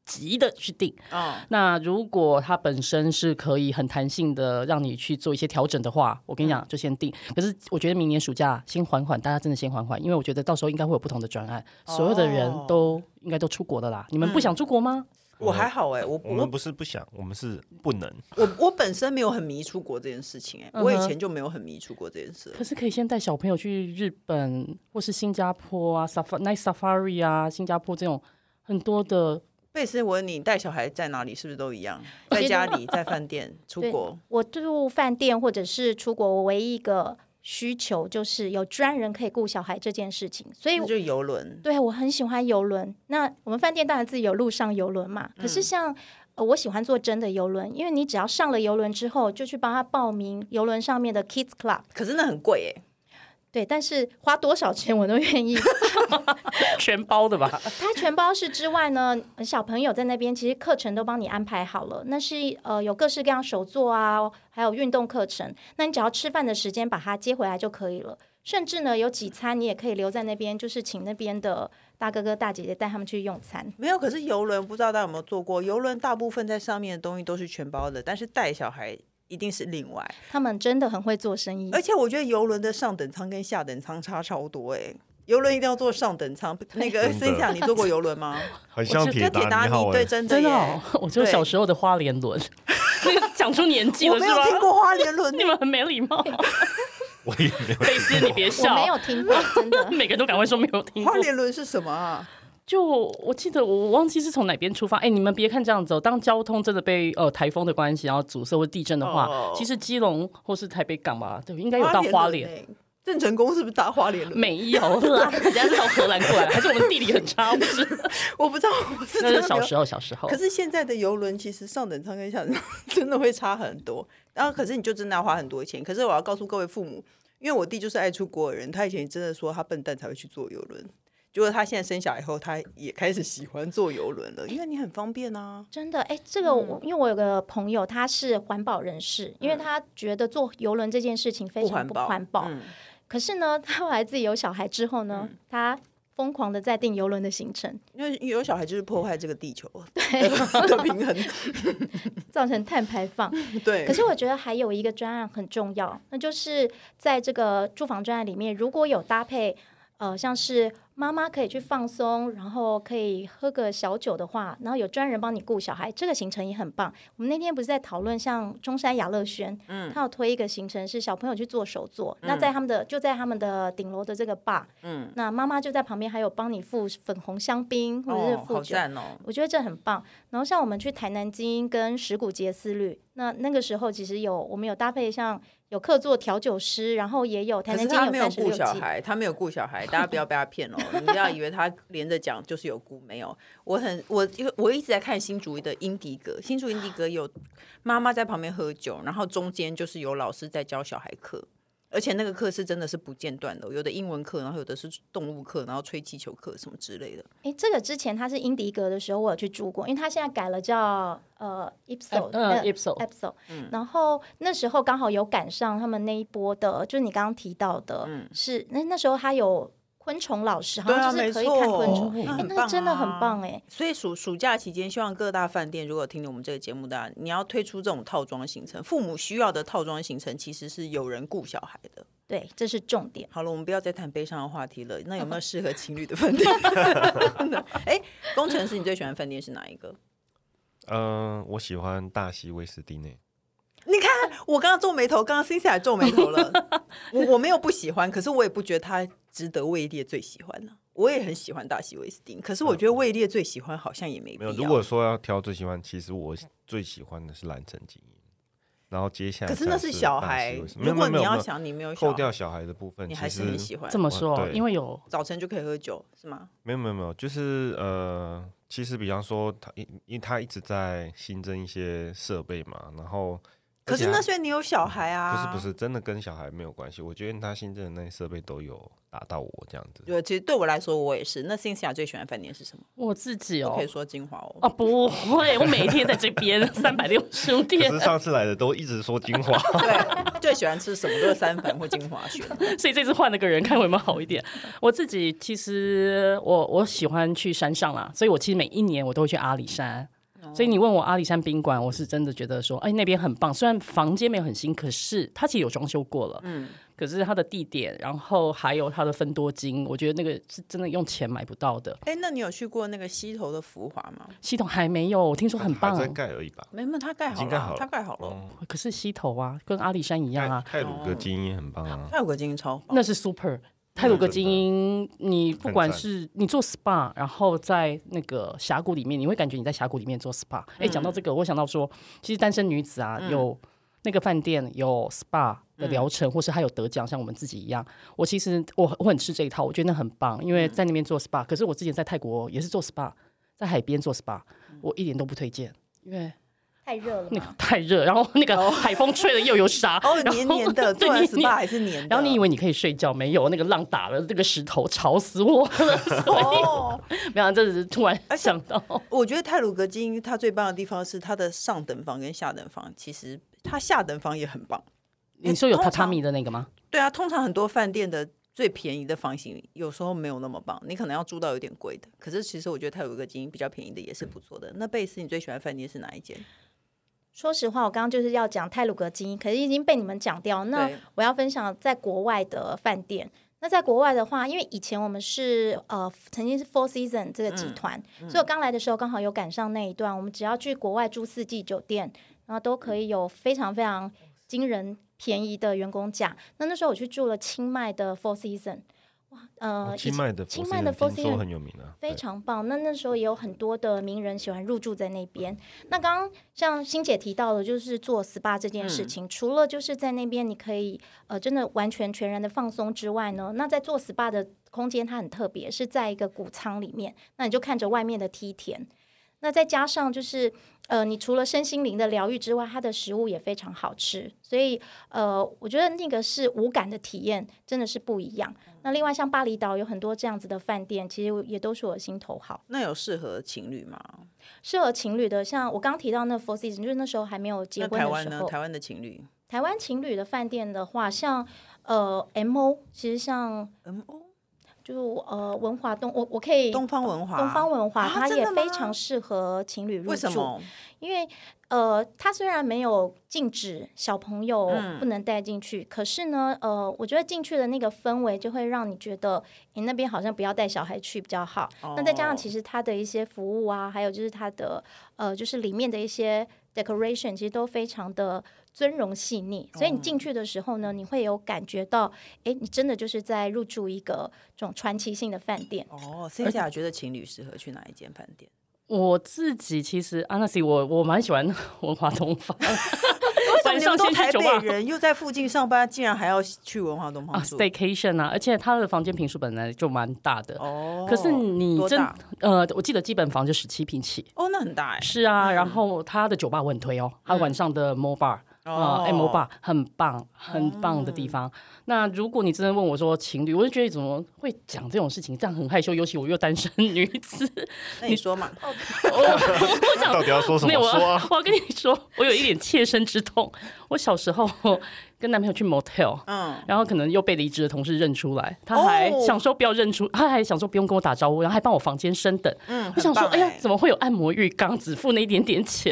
D: 急的去订。
A: 哦，
D: 那如果它本身是可以很弹性的让你去做一些调整的话，我跟你讲就先定。可是我觉得明年暑假先缓缓，大家真的先缓缓，因为我觉得到时候应该会有不同的专案，所有的人
A: 哦
D: 都应该都出国的啦。你们不想出国吗？
A: 我还好哎、我
B: 我们
A: 我
B: 不是不想，我们是不能。
A: 我我本身没有很迷出国这件事情哎、
D: 嗯哼
A: 我以前就没有很迷出国这件事。
D: 可是可以先带小朋友去日本或是新加坡啊，safari、night safari 啊，新加坡这种很多的。
A: 贝斯，我问你带小孩在哪里是不是都一样？
C: 其
A: 在
C: 实
A: 家里，在饭店，出
C: 对
A: 国，
C: 我住饭店或者是出国，我唯一一个需求就是有专人可以顾小孩这件事情，所以
A: 那就游轮。
C: 对我很喜欢游轮。那我们饭店当然自己有陆上游轮嘛，可
A: 嗯
C: 是像、呃我喜欢坐真的游轮，因为你只要上了游轮之后，就去帮他报名游轮上面的 Kids Club。
A: 可是那很贵哎、
C: 对，但是花多少钱我都愿意。
D: 全包的吧，
C: 它全包式之外呢，呃小朋友在那边其实课程都帮你安排好了，那是呃有各式各样手作啊，还有运动课程。那你只要吃饭的时间把它接回来就可以了。甚至呢，有几餐你也可以留在那边，就是请那边的大哥哥大姐姐带他们去用餐。
A: 没有。可是游轮不知道大家有没有坐过？游轮大部分在上面的东西都是全包的，但是带小孩一定是另外。
C: 他们真的很会做生意
A: 而，且我觉得游轮的上等舱跟下等舱差超多哎、游轮一定要坐上等 舱。那个
B: 真的
A: 森想，你坐过游轮吗？
B: 很像
D: 就
B: 铁
A: 就铁
B: 达
A: 达
B: 尼号
A: 尼，
B: 哎、
A: 对，真的
D: 真
A: 耶。
D: 的、哦，我就
A: 对
D: 小时候的花莲轮， 讲出年纪
A: 我
D: 了
A: 没
D: 是
A: 有听
D: 吧？
A: 过花莲轮 欸
D: 你们很没礼 貌，
B: 我也没有
D: 贝斯你别
C: 我
D: 笑，。
C: 没有听过，真 的
D: 每个人都赶快说没有听过
A: 花。莲轮是什么啊？
D: 就我记得我我忘记是从哪边出发。哎、你们别看这样子哦，当交通真的被呃台风的关系，然后阻塞或地震的话，
A: 哦
D: 其实基隆或是台北港吧，对，应该有到花莲。
A: 欸。郑成功是不是搭花莲轮？
D: 没有 啦，人家是从荷兰过来，还是我们地理很差？我不知道。
A: 我不知道，我是真的
D: 那是
A: 没有
D: 小时候，小时候
A: 可。是现在的游轮其实上等舱跟下等舱 真的会差很多，然后可是你就真的要花很多钱。可是我要告诉各位父母，因为我弟就是爱出国的人，他以前真的说他笨蛋才会去坐游轮，结果他现在生小孩以后，他也开始喜欢坐游轮了，因为你很方便啊。
C: 真的，哎，这个
A: 嗯
C: 我、因为我有个朋友，他是环保人士，因为他觉得坐游轮这件事情非
A: 不
C: 常
A: 环
C: 不
A: 保，
C: 环保，
A: 嗯
C: 可是呢，他后来自己有小孩之后呢，他疯狂的在订游轮的行程，
A: 因为有小孩就是破坏这个地球的平 衡。
C: 造成碳排放。
A: 对，
C: 可是我觉得还有一个专案很重要，那就是在这个住房专案里面，如果有搭配。呃，像是妈妈可以去放松，然后可以喝个小酒的话，然后有专人帮你顾小孩，这个行程也很棒。我们那天不是在讨论，像中山雅乐轩，嗯，他有推一个行程是小朋友去做手作，那在他们的就在他们的顶楼的这个 bar，嗯，那妈妈就在旁边，还有帮你付粉红香槟或者是
A: 哦，
C: 付
A: 好
C: 酒，
A: 赞哦，
C: 我觉得这很棒。然后像我们去台南精英跟石鼓节思旅，那那个时候其实有我们有搭配像有客座调酒师，然后也有台
A: 可
C: 南
A: 是
C: 精
A: 他
C: 英
A: 没
C: 有
A: 有
C: 三十
A: 顾
C: 六
A: 小
C: 计，
A: 孩，他没有顾小 孩，大家不要被他骗哦！你不要以为他连着讲就是有顾，没有。我很我因为我一直在看新竹的英迪格，新竹英迪格有妈妈在旁边喝酒，然后中间就是有老师在教小孩课，而且那个课是真的是不间断的，哦有的英文课，然后有的是动物课，然后吹气球课什么之类的。
C: 诶，这个之前他是英迪格的时候，我有去住过，因为他现在改了叫呃 Ipso，
D: 嗯
C: 呃
D: Ipso
C: Ipso，然
A: 嗯
C: 后那时候刚好有赶上他们那一波的，就是你刚刚提到的，是那那时候他有昆虫老师，好
A: 嗯对啊
C: 像就是可以
A: 没错
C: 看昆虫，
A: 那
C: 诶
A: 很
C: 那
A: 棒
C: 个真的很
A: 啊
C: 棒诶。
A: 所以暑暑假期间，希望各大饭店如果听了我们这个节目的啊，你要推出这种套装行程，父母需要的套装行程其实是有人顾小孩的。
C: 对，这是重点。
A: 好了，我们不要再谈悲伤的话题了。那有没 有适合情侣的饭店？ 哎，工程师，你最喜欢饭店是哪一个？
B: 嗯、我喜欢大西威斯汀欸诶，
A: 你看， 我刚刚皱眉头，刚刚 c i n c i 皱眉头了。我我没有不喜欢，可是我也不觉得他值得位列最喜欢呢、我也很喜欢大西威斯汀，可是我觉得位列最喜欢好像也没必
B: 没有，
A: 要。
B: 如果说要挑最喜欢，其实我最喜欢的是蓝城精英，然后接下来
A: 可是那
B: 才是
A: 小
B: 大
A: 孩
B: 西游记，没有
A: 如果
B: 没有
A: 你
B: 没有
A: 要
B: 没有
A: 想你没有小
B: 扣
A: 孩
B: 掉小孩的部分，
A: 你
B: 其
A: 还是
B: 实
A: 很喜欢。
D: 这么
B: 我
D: 说，
B: 对
D: 因为有
A: 早晨就可以喝酒是吗？
B: 没有没有没有，就是呃，其实比方说他，因因为他一直在新增一些设备嘛，然后
A: 可是
B: 而且
A: 那
B: 他
A: 虽然你有小孩
B: 不
A: 啊，
B: 是啊不是真的跟小孩没有关系，我觉得他新增的那些设备都有打到我这样子。
A: 对，其实对我来说我也是。那 Cynthia 最喜欢饭店是什么？
D: 我自己
A: 都
D: 哦
A: 可以。说精华哦。
D: 哦，不会，我每天在这边 三百六十五天
B: 可是，上次来的都一直说精华，
A: 对，最喜欢吃什么都是三粉或精华选。
D: 所以这次换了个人，看有没有好一点。我自己其实我我喜欢去山上啦，所以我其实每一年我都会去阿里山。所以你问我阿里山宾馆，我是真的觉得说，哎，那边很棒。虽然房间没有很新，可是它其实有装修过了。嗯，可是它的地点，然后还有它的分多金，我觉得那个是真的用钱买不到的。
A: 哎，那你有去过那个溪头的浮华吗？
D: 系统还没有，我听哦说很 棒
B: 还。在盖而已吧。
A: 没有，它盖
B: 已
A: 好
B: 经盖
A: 了
B: 好
A: 啊，
B: 了
A: 它盖好了。
B: 哦，
D: 可是溪头啊，跟阿里山一样
B: 泰
D: 啊，
B: 泰鲁格精英很棒啊，
A: 泰国金超棒，
D: 那是 super。泰鲁格精英，你不管是你做 SPA，然后在那个峡谷里面，你会感觉你在峡谷里面做 SPA。哎、讲到这
A: 嗯
D: 个，我想到说，其实单身女子啊，有那个饭店有 SPA 的
A: 嗯
D: 疗程，或是还有得奖，像我们自己一样。我其实我我很吃这一套，我觉得那很棒，因为
A: 嗯
D: 在那边做 SPA，可是我之前在泰国也是做 SPA，在海边做 SPA，我
A: 嗯
D: 一点都不推荐，因为
C: 太热了
D: 那
C: 嘛。
D: 个太热，然后那个海风吹的又有沙，
A: 哦，
D: 然后
A: 黏黏的，
D: 对
A: 做完
D: 黏黏
A: SPA 还是黏的。
D: 然后你以为你可以睡觉，没有那个浪打了，这个石头吵死我了。 所
A: 哦？
D: 以没有，啊这只是突然想到，
A: 我觉得泰鲁格金它最棒的地方是它的上等房跟下等房，其实它下等房也很棒。
D: 你说有榻
A: 通
D: 榻
A: 常
D: 米的那个吗？
A: 对啊，通常很多饭店的最便宜的房型有时候没有那么棒，你可能要住到有点贵的。可是其实我觉得泰鲁格金比较便宜的也是不错的。那贝斯，你最喜欢饭店是哪一间？
C: 说实话，我刚刚就是要讲泰鲁格基因，可是已经被你们讲掉。那
A: 对
C: 我要分享在国外的饭店。那在国外的话，因为以前我们是呃曾经是 Four Season 这个集团，所以我刚来的时候刚好有赶上那一段。我们只要去国外住四季酒店，然后都可以有非常非常惊人便宜的员工价。那那时候我去住了清迈的 Four Season，哇，呃，
B: 哦
C: 以
B: 清
C: 前
B: 迈的
C: 清
B: Four
C: 迈的
B: Seasons
C: Four
B: 听说
C: Season
B: 很有名啊，
C: 非常棒。那那时候也有很多的名人喜欢入住在那边。那刚刚像欣姐提到的，就是做 SPA 这件事情，除了就是在那边你可以呃真的完全全然的放松之外呢，那在做 SPA 的空间它很特别，是在一个谷仓里面，那你就看着外面的梯田。那再加上就是，呃，你除了身心灵的疗愈之外，它的食物也非常好吃，所以呃，我觉得那个是无感的体验，真的是不一样。那另外像巴厘岛有很多这样子的饭店，其实也都是我的心头好，
A: 那有适合情侣吗？
C: 适合情侣的。像我刚提到那 Four Seasons，就是那时候还没有结
A: 那
C: 婚
A: 台
C: 的
A: 湾
C: 时
A: 呢？
C: 候，
A: 台湾的情侣
C: 台湾情侣的饭店的话，像呃 M O，其实像
A: ，M O
C: 就呃文华东，我我可以
A: 东方文华，
C: 东方文华，
A: 啊
C: 它
A: 真
C: 也
A: 的
C: 非
A: 吗
C: 常适合情侣入住。
A: 为什么？
C: 因为呃，它虽然没有禁止小朋友
D: 嗯
C: 不能带进去，可是呢，呃，我觉得进去的那个氛围就会让你觉得，你那边好像不要带小孩去比较好。那再加上
A: 哦
C: 其实它的一些服务啊，还有就是它的呃，就是里面的一些 decoration，其实都非常的尊荣细腻，所以你进
D: 哦
C: 去的时候呢，你会有感觉到，诶，你真的就是在入住一个这种传奇性的饭店。
A: 哦，Cynthia 觉得情侣适合去哪一间饭店？
D: 我自己其实 honestly 我我蛮喜欢文华东方，
A: 为什么你们都
D: 晚上先
A: 台
D: 去酒吧
A: 北人，又在附近上班，竟然还要去文华东
D: 啊
A: 方住？
D: staycation 啊，而且它的房间平数本来就蛮大的。
A: 哦，
D: 可是你
A: 多
D: 真
A: 大？
D: 呃，我记得基本房就十七平起，
A: 哦，那很大哎。
D: 是啊，然后它的酒吧我很推哦，它晚上的 MO bar 啊、
A: 哦
D: m o bar 很棒，很棒的地方。那如果你真的问我说情侣，我就觉得怎么会讲这种事情，这样很害羞，尤其我又单身女子，
A: 那你说嘛，
D: 哦我我想
B: 到底要说什
D: 没
B: 么
D: 有，我
B: 说
D: 要
B: 啊？
D: 我要跟你说，我有一点切身之痛。我小时候跟男朋友去 motel，
A: 嗯，
D: 然后可能又被离职的同事认出来，他还
A: 哦
D: 想说不要认出，他还想说不用跟我打招呼，然后还帮我房间升等。
A: 嗯
D: 我想说，
A: 很棒
D: 哎呀
A: 欸，
D: 怎么会有按摩浴缸，只付那一点点 钱？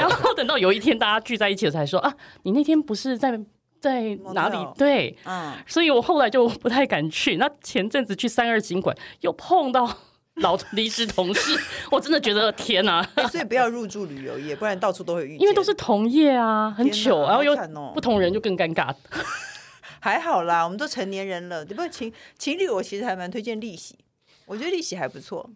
D: 然后等到有一天大家聚在一起，我才说啊，你那天不是在在哪里
A: Motel？
D: 对，
A: 嗯，
D: 所以我后来就不太敢去。那前阵子去三二景馆，又碰到老离职同事，我真的觉得天哪、
A: 哎所以不要入住旅游业，不然到处都会遇见。
D: 因为都是同业啊，很
A: 天哪
D: 糗，然后又
A: 好惨哦
D: 不同人就更尴尬。
A: 还好啦，我们都成年人了，对不对？情情侣我其实还蛮推荐利息，我觉得利息还不错。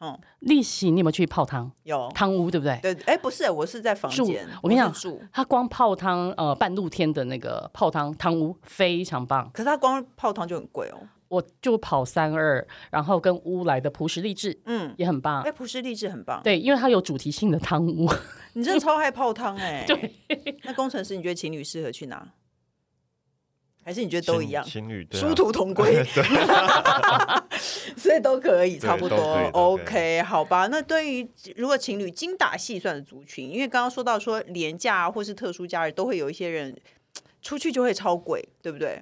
A: 嗯，
D: 利息你有没有去泡汤？
A: 有
D: 汤屋对不对？
A: 哦对，哎，不是，我是在房
D: 住
A: 间，
D: 我跟你
A: 是
D: 讲
A: 住，
D: 它光泡汤，呃，半露天的那个泡汤汤屋非常棒。
A: 可是它光泡汤就很贵哦。
D: 我就跑三二，然后跟乌来的朴实励志
A: 嗯，
D: 也很棒。
A: 哎，葡式励志很棒，
D: 对，因为它有主题性的汤屋，
A: 你真的超爱泡汤 哎。对，那工程师，你觉得情侣适合去哪？还是你觉得都
B: 情
A: 一样？
B: 情侣 对啊啊
A: 殊途同归， 所以都可以，
B: 对
A: 差不多
B: 都可以都可以。
A: OK，好吧。那对于如果情侣精打细算的族群，因为刚刚说到说廉价啊或是特殊假日，都会有一些人出去就会超贵，对不对？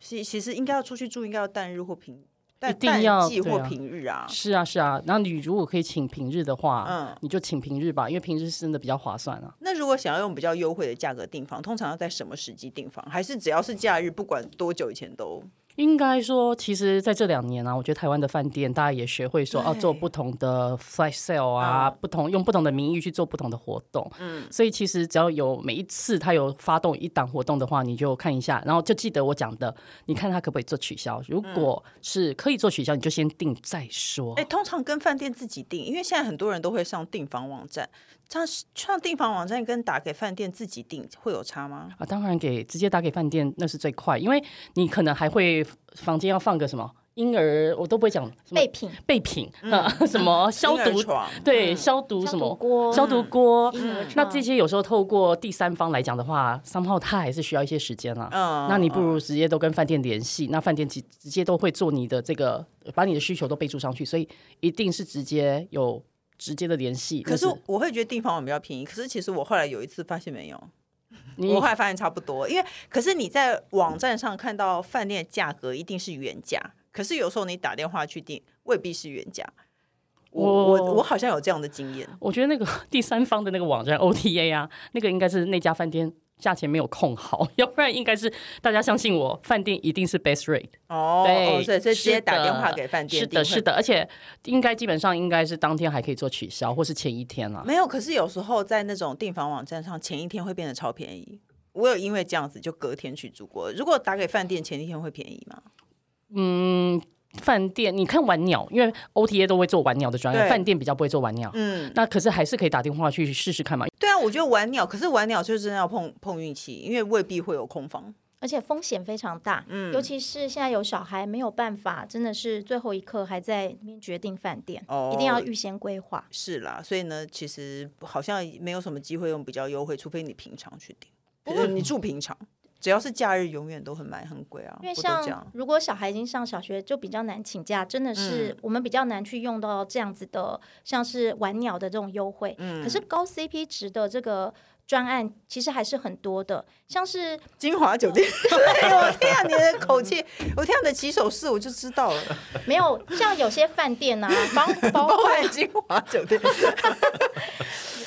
A: 其其实应该要出去住，应该要淡日或平淡
D: 一定要
A: 淡季或
D: 对啊
A: 平日啊。
D: 是啊啊是啊。那你如果可以请平日的话，
A: 嗯
D: 你就请平日吧，因为平日是真的比较划算啊。
A: 那如果想要用比较优惠的价格订房，通常要在什么时机订房？还是只要是假日，不管多久以前都？
D: 应该说，其实在这两年啊，我觉得台湾的饭店大家也学会说，
A: 对
D: 哦，做不同的 flash sale 啊，
A: 嗯
D: 不同用不同的名义去做不同的活动。嗯，所以其实只要有每一次它有发动一档活动的话，你就看一下，然后就记得我讲的，你看它可不可以做取消。如果是可以做取消，你就先定再说。
A: 嗯哎、通常跟饭店自己订，因为现在很多人都会上订房网站，上上订房网站跟打给饭店自己订会有差吗？
D: 啊，当然给直接打给饭店那是最快，因为你可能还会房间要放个什么婴儿，我都不会讲什么
C: 备品、
D: 备品，啊，什么消
A: 嗯婴儿
D: 毒
A: 床
D: 对，消毒
C: 消
D: 什
C: 毒
D: 么
C: 锅
D: 消
A: 嗯
D: 毒锅。
C: 婴儿
D: 哦那
C: 床
D: 这些有时候透过第三方来讲的话，三号它还是需要一些时间啦。啊
A: 嗯
D: 那你不如直接都跟饭店联系，那饭店直直接都会做你的这个，把你的需求都备注上去，所以一定是直接有直接的联系。
A: 可是
D: 那
A: 我会觉得订房网比较便宜，可是其实我后来有一次发现没有，
D: 你
A: 我后来发现差不多，因为可是你在网站上看到饭店的价格一定是原价，可是有时候你打电话去订未必是原价。我我
D: 我
A: 我好像有这样的经验，
D: 我觉得那个第三方的那个网站 OTA 啊，那个应该是那家饭店价钱没有控好， 要不然应该是大家相信我，饭店一定是 best rate。
A: 哦，
D: 对
A: 哦所以所以直
D: 是
A: 接打
D: 的
A: 电话给饭店
D: 是
A: 订
D: 的，
A: 会
D: 是的，而且应该基本上应该是当天还可以做取消，或是前一天啦。
A: 没有，可是有时候在那种订房网站上，前一天会变得超便宜。我有因为这样子就隔天去住过。如果打给饭店，前一天会便宜吗？
D: 饭店你看晚鸟，因为 OTA 都会做晚鸟的专
A: 对
D: 案，饭店比较不会做晚鸟。
A: 嗯，
D: 那可是还是可以打电话去试试看嘛。
A: 对啊，我觉得晚鸟，可是晚鸟就真的要碰碰运气，因为未必会有空房。
C: 而且风险非常大，
A: 嗯
C: 尤其是现在有小孩没有办法，真的是最后一刻还在里面决定饭店，
A: 哦
C: 一定要预先规划。
A: 是啦，所以呢，其实好像没有什么机会用比较优惠，除非你平常去订，呃你住平常，只要是假日，永远都很买很贵啊，
C: 因为
A: 不都这
C: 像
A: 样？
C: 如果小孩已经上小学，就比较难请假，
A: 嗯
C: 真的是我们比较难去用到这样子的，像是晚鸟的这种优惠。
A: 嗯
C: 可是高 CP 值的这个专案其实还是很多的，像是
A: 金华酒店， 对我听下你的口气，我听下你的起手式，我就知道了，
C: 没有像有些饭店啊， 包包
A: 包
C: 括
A: 含金华酒 店。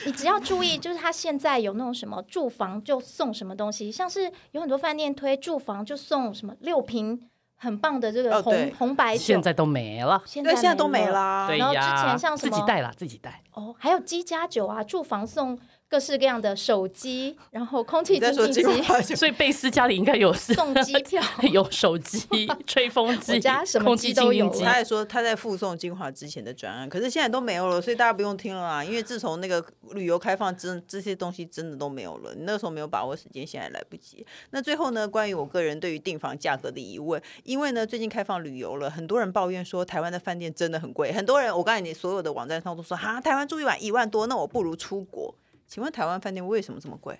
C: 你只要注意，就是他现在有那种什么住房就送什么东西，像是有很多饭店推住房就送什么六瓶很棒的这
A: 哦
C: 个红、
A: 对
C: 红白酒，
D: 现在都没了，
C: 现在
A: 对，现在都没
C: 了。
A: 啦。
D: 对
C: 然后之
D: 呀，
C: 前像什
D: 自
C: 么
D: 己带啦，自己带。
C: 哦，还有机加酒啊，住房送各式各样的手机，然后空气
A: 你在
C: 清
A: 说
C: 净
A: 金
C: 机、
A: 华酒店
D: 所以贝斯家里应该有
C: 送机 票，
D: 有 手机、吹风机
C: 我家什、么
D: 空
C: 机
D: 气
C: 都
D: 清净
C: 有
D: 机
A: 他。还说他在附送精华之前的专案，可是现在都没有了，所以大家不用听了啦。因为自从那个旅游开放，真这些东西真的都没有了。你那时候没有把握时间，现在来不及。那最后呢，关于我个人对于订房价格的疑问，因为呢最近开放旅游了，很多人抱怨说台湾的饭店真的很贵，很多人我刚才你所有的网站上都说哈，台湾住一晚一万多，那我不如出国。请问台湾饭店为什么这么贵？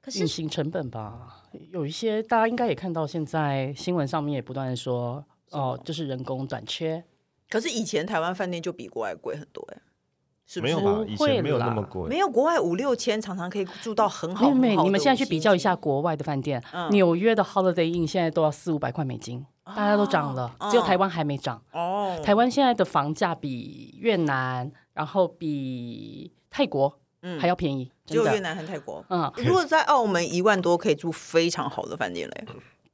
C: 可 是
D: 隐形成本吧，有一些大家应该也看到，现在新闻上面也不断地说，哦、就是人工短缺，
A: 可是以前台湾饭店就比国外贵很多哎、是不
B: 没
A: 是
B: 有？
D: 不
B: 吧？以
D: 会
B: 前没有那
D: 啦
B: 么贵，
A: 没有国外五六千，常常可以住到很好。
D: 妹
A: 很
D: 妹，
A: 好的
D: 你们现在去
A: 五星
D: 比较一
A: 级
D: 下国外的饭店
A: 嗯，
D: 纽、约的 Holiday Inn 现在都要四五百块美金，大家都涨了，
A: 哦
D: 只有台湾还没涨。
A: 哦，
D: 台湾现在的房价比越南，然后比泰国还要便宜，
A: 嗯只有
D: 真
A: 越
D: 的。
A: 南和泰国。
D: 嗯，
A: 如果在澳门一万多可以住非常好的饭店嘞，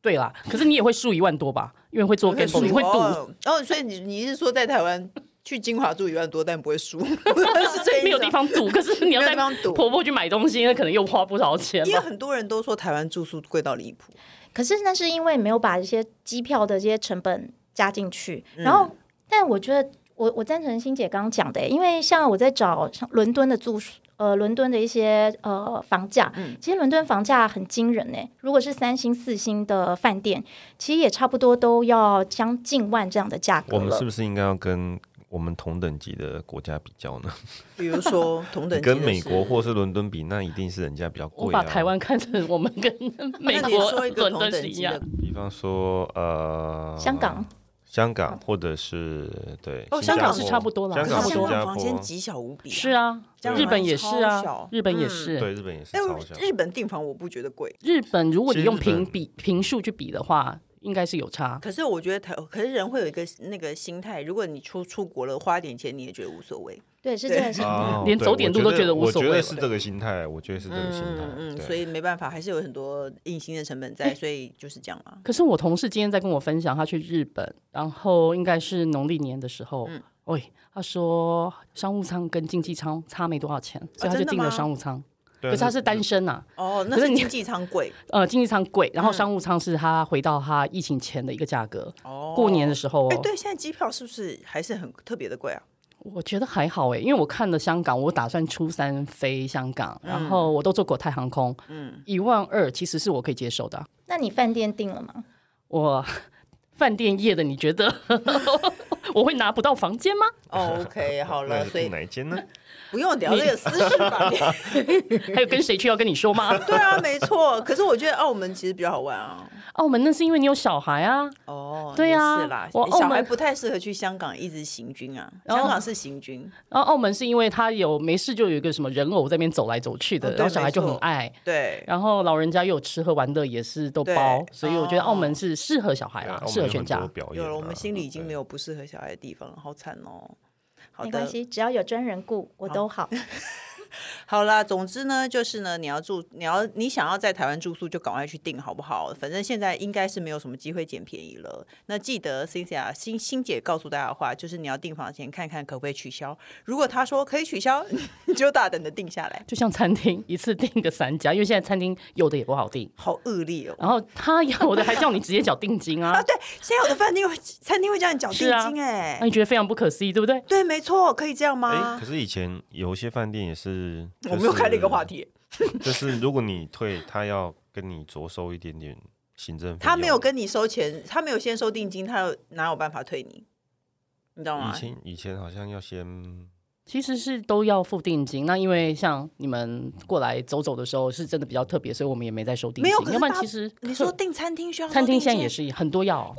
D: 对啦，可是你也会输一万 多吧？因为会做 gamble，你会 赌，
A: 哦，哦所以你你是说在台湾去金华住一万多，但不会 输， 是这意思吗
D: 没有地，方赌，可是你要
A: 没有
D: 带
A: 地方赌
D: 婆婆去买东西，那可能又花不少钱
A: 因为
D: 了。
A: 很多人都说台湾住宿贵到离谱，嗯
C: 可是那是因为没有把一些机票的这些成本加进去，然后。但我觉得我我赞成欣姐刚刚讲的，因为像我在找像伦敦的住宿。呃，伦敦的一些呃房价，
A: 嗯
C: 其实伦敦房价很惊人呢。如果是三星、四星的饭店，其实也差不多都要将近万这样的价格
B: 我们
C: 了
B: 是。不是应该要跟我们同等级的国家比较呢？
E: 比如说同等级的
B: 跟美
E: 是
B: 国或是伦敦比，那一定是人家比较
D: 我
B: 贵啊。
D: 把台湾看成我们 跟美
E: 那你
D: 国、
E: 说一个
D: 伦
E: 同
D: 敦
E: 等
D: 是一
E: 级
D: 样
E: 的。
A: 啊
B: 比方说呃，
C: 香港，
B: 香港或者是对
A: 哦
B: 新加
A: 香港
B: 坡
A: 是
D: 差不多啦
B: 香
A: 可
B: 港
A: 是
D: 差不
A: 香
D: 多
A: 港
B: 或
A: 房
B: 新加
A: 间
B: 坡
A: 极小无比、
D: 是，啊
A: 香，港
D: 日本也是
A: 超小
D: 啊，日本也
B: 对
D: 是。
B: 日本也是
E: 哎
B: 超小，，
E: 日本订房我不觉得贵，
D: 日本如果你用
B: 其实日
D: 平
B: 本
D: 比平数去比的话，应该是有差。
A: 可是我觉得台，可是人会有一个那个心态，如果你出出国了，花点钱你也觉得无所谓。
C: 对，是这个是。
B: 哦
D: 连
B: 对
D: 走点路
B: 我
D: 都
B: 觉
D: 觉得无所
B: 我
D: 谓
B: 觉得
D: 了
B: 是这个心态，我觉得是这个心态。
A: 嗯嗯，
B: 对
A: 所以没办法，还是有很多隐形的成本 在，所以就是这样嘛。
D: 可是我同事今天在跟我分享，他去日本，然后应该是农历年的时候，
A: 嗯
D: 喂、他说商务舱跟经济舱差没多少钱，所以他
A: 哦真
D: 就
A: 的
D: 订了
A: 吗
D: 商务舱。
B: 对啊
D: 可是他是单身啊，
A: 哦，那
D: 可是
A: 是
D: 你
A: 经济舱 贵
D: 呃，经济舱
A: 嗯
D: 贵，然后商务舱是他回到他疫情前的一个价格。
A: 哦。
D: 过年的时候、
A: 哎，对，现在机票是不是还是很特别的贵啊？
D: 我觉得还好哎、因为我看了香港，我打算初三飞香港，
A: 嗯
D: 然后我都坐国泰航空，嗯，一万二其实是我可以接受的啊、
C: 那你饭店订了吗？
D: 我饭店业的，你觉得 我会拿不到房间吗？
A: 哦，OK，好
B: 那
D: 啊
A: 了，
B: 你
A: 所以
B: 订哪一间呢？
A: 不用聊这个私事 吧。
D: 还有跟谁去要跟你说 吗？
A: 对啊，没错。可是我觉得澳门其实比较好玩啊。
D: 澳门那是因为你有小孩啊，
A: 哦，
D: 对
A: 也
D: 啊
A: 是啦，
D: 我
A: 你
D: 澳
A: 小孩
D: 门哦
A: 不太适合去香港一直行军啊。香港是行军，
D: 然后澳门是因为他有没事就有一个什么人偶在那边走来走去
A: 哦
D: 的，
A: 对
D: 然后小孩就
A: 没
D: 很
A: 错
D: 爱，
A: 对，
D: 然后老人家又有吃喝玩乐也是都
A: 对
D: 包，所以我觉得
A: 哦
D: 澳门是适合小孩啦，
B: 对啊
D: 适合全家。
B: 表演
A: 有
B: 啊
A: 了，我们心里已经没
B: 对
A: 有不适合小孩的地方了，好惨哦。好
C: 没
A: 的
C: 关，系，只要有专人雇，我都好。
A: 好啦，总之呢，就是呢，你要住，你要你想要在台湾住宿，就赶快去订，好不好？反正现在应该是没有什么机会捡便宜了。那记得 Cynthia 欣欣姐告诉大家的话，就是你要订房前看看可不可以取消。如果她说可以取消， 你就大胆的定下来。
D: 就像餐厅一次订个三家，因为现在餐厅有的也不好订，
A: 好恶劣哦！
D: 然后他有的还叫你直接缴定 金啊，
A: 现在有的饭店会餐厅会叫你缴定
D: 是啊
A: 金哎、
D: 那你觉得非常不可思议，对不对？
A: 对，没错，可以这样
B: 哎，
A: 吗
B: 可？是以前有些饭店也是，
A: 啊 我们又开了一个话，题，
B: 就是如果你退，他要跟你酌收一点点行政费用。
A: 他没有跟你收钱，他没有先收定金，他有哪有办法退你？你知道吗
B: 以？前以前好像要先
D: 其实是都要付定金。那因为像你们过来走走的时候，是真的比较特别，所以我们也没在收定
A: 没
D: 金
A: 有可。是
D: 要不然
A: 大
D: 其实
A: 你说订餐厅需要收
D: 餐厅
A: 定
D: 现在
A: 金哦
D: 也是很多要。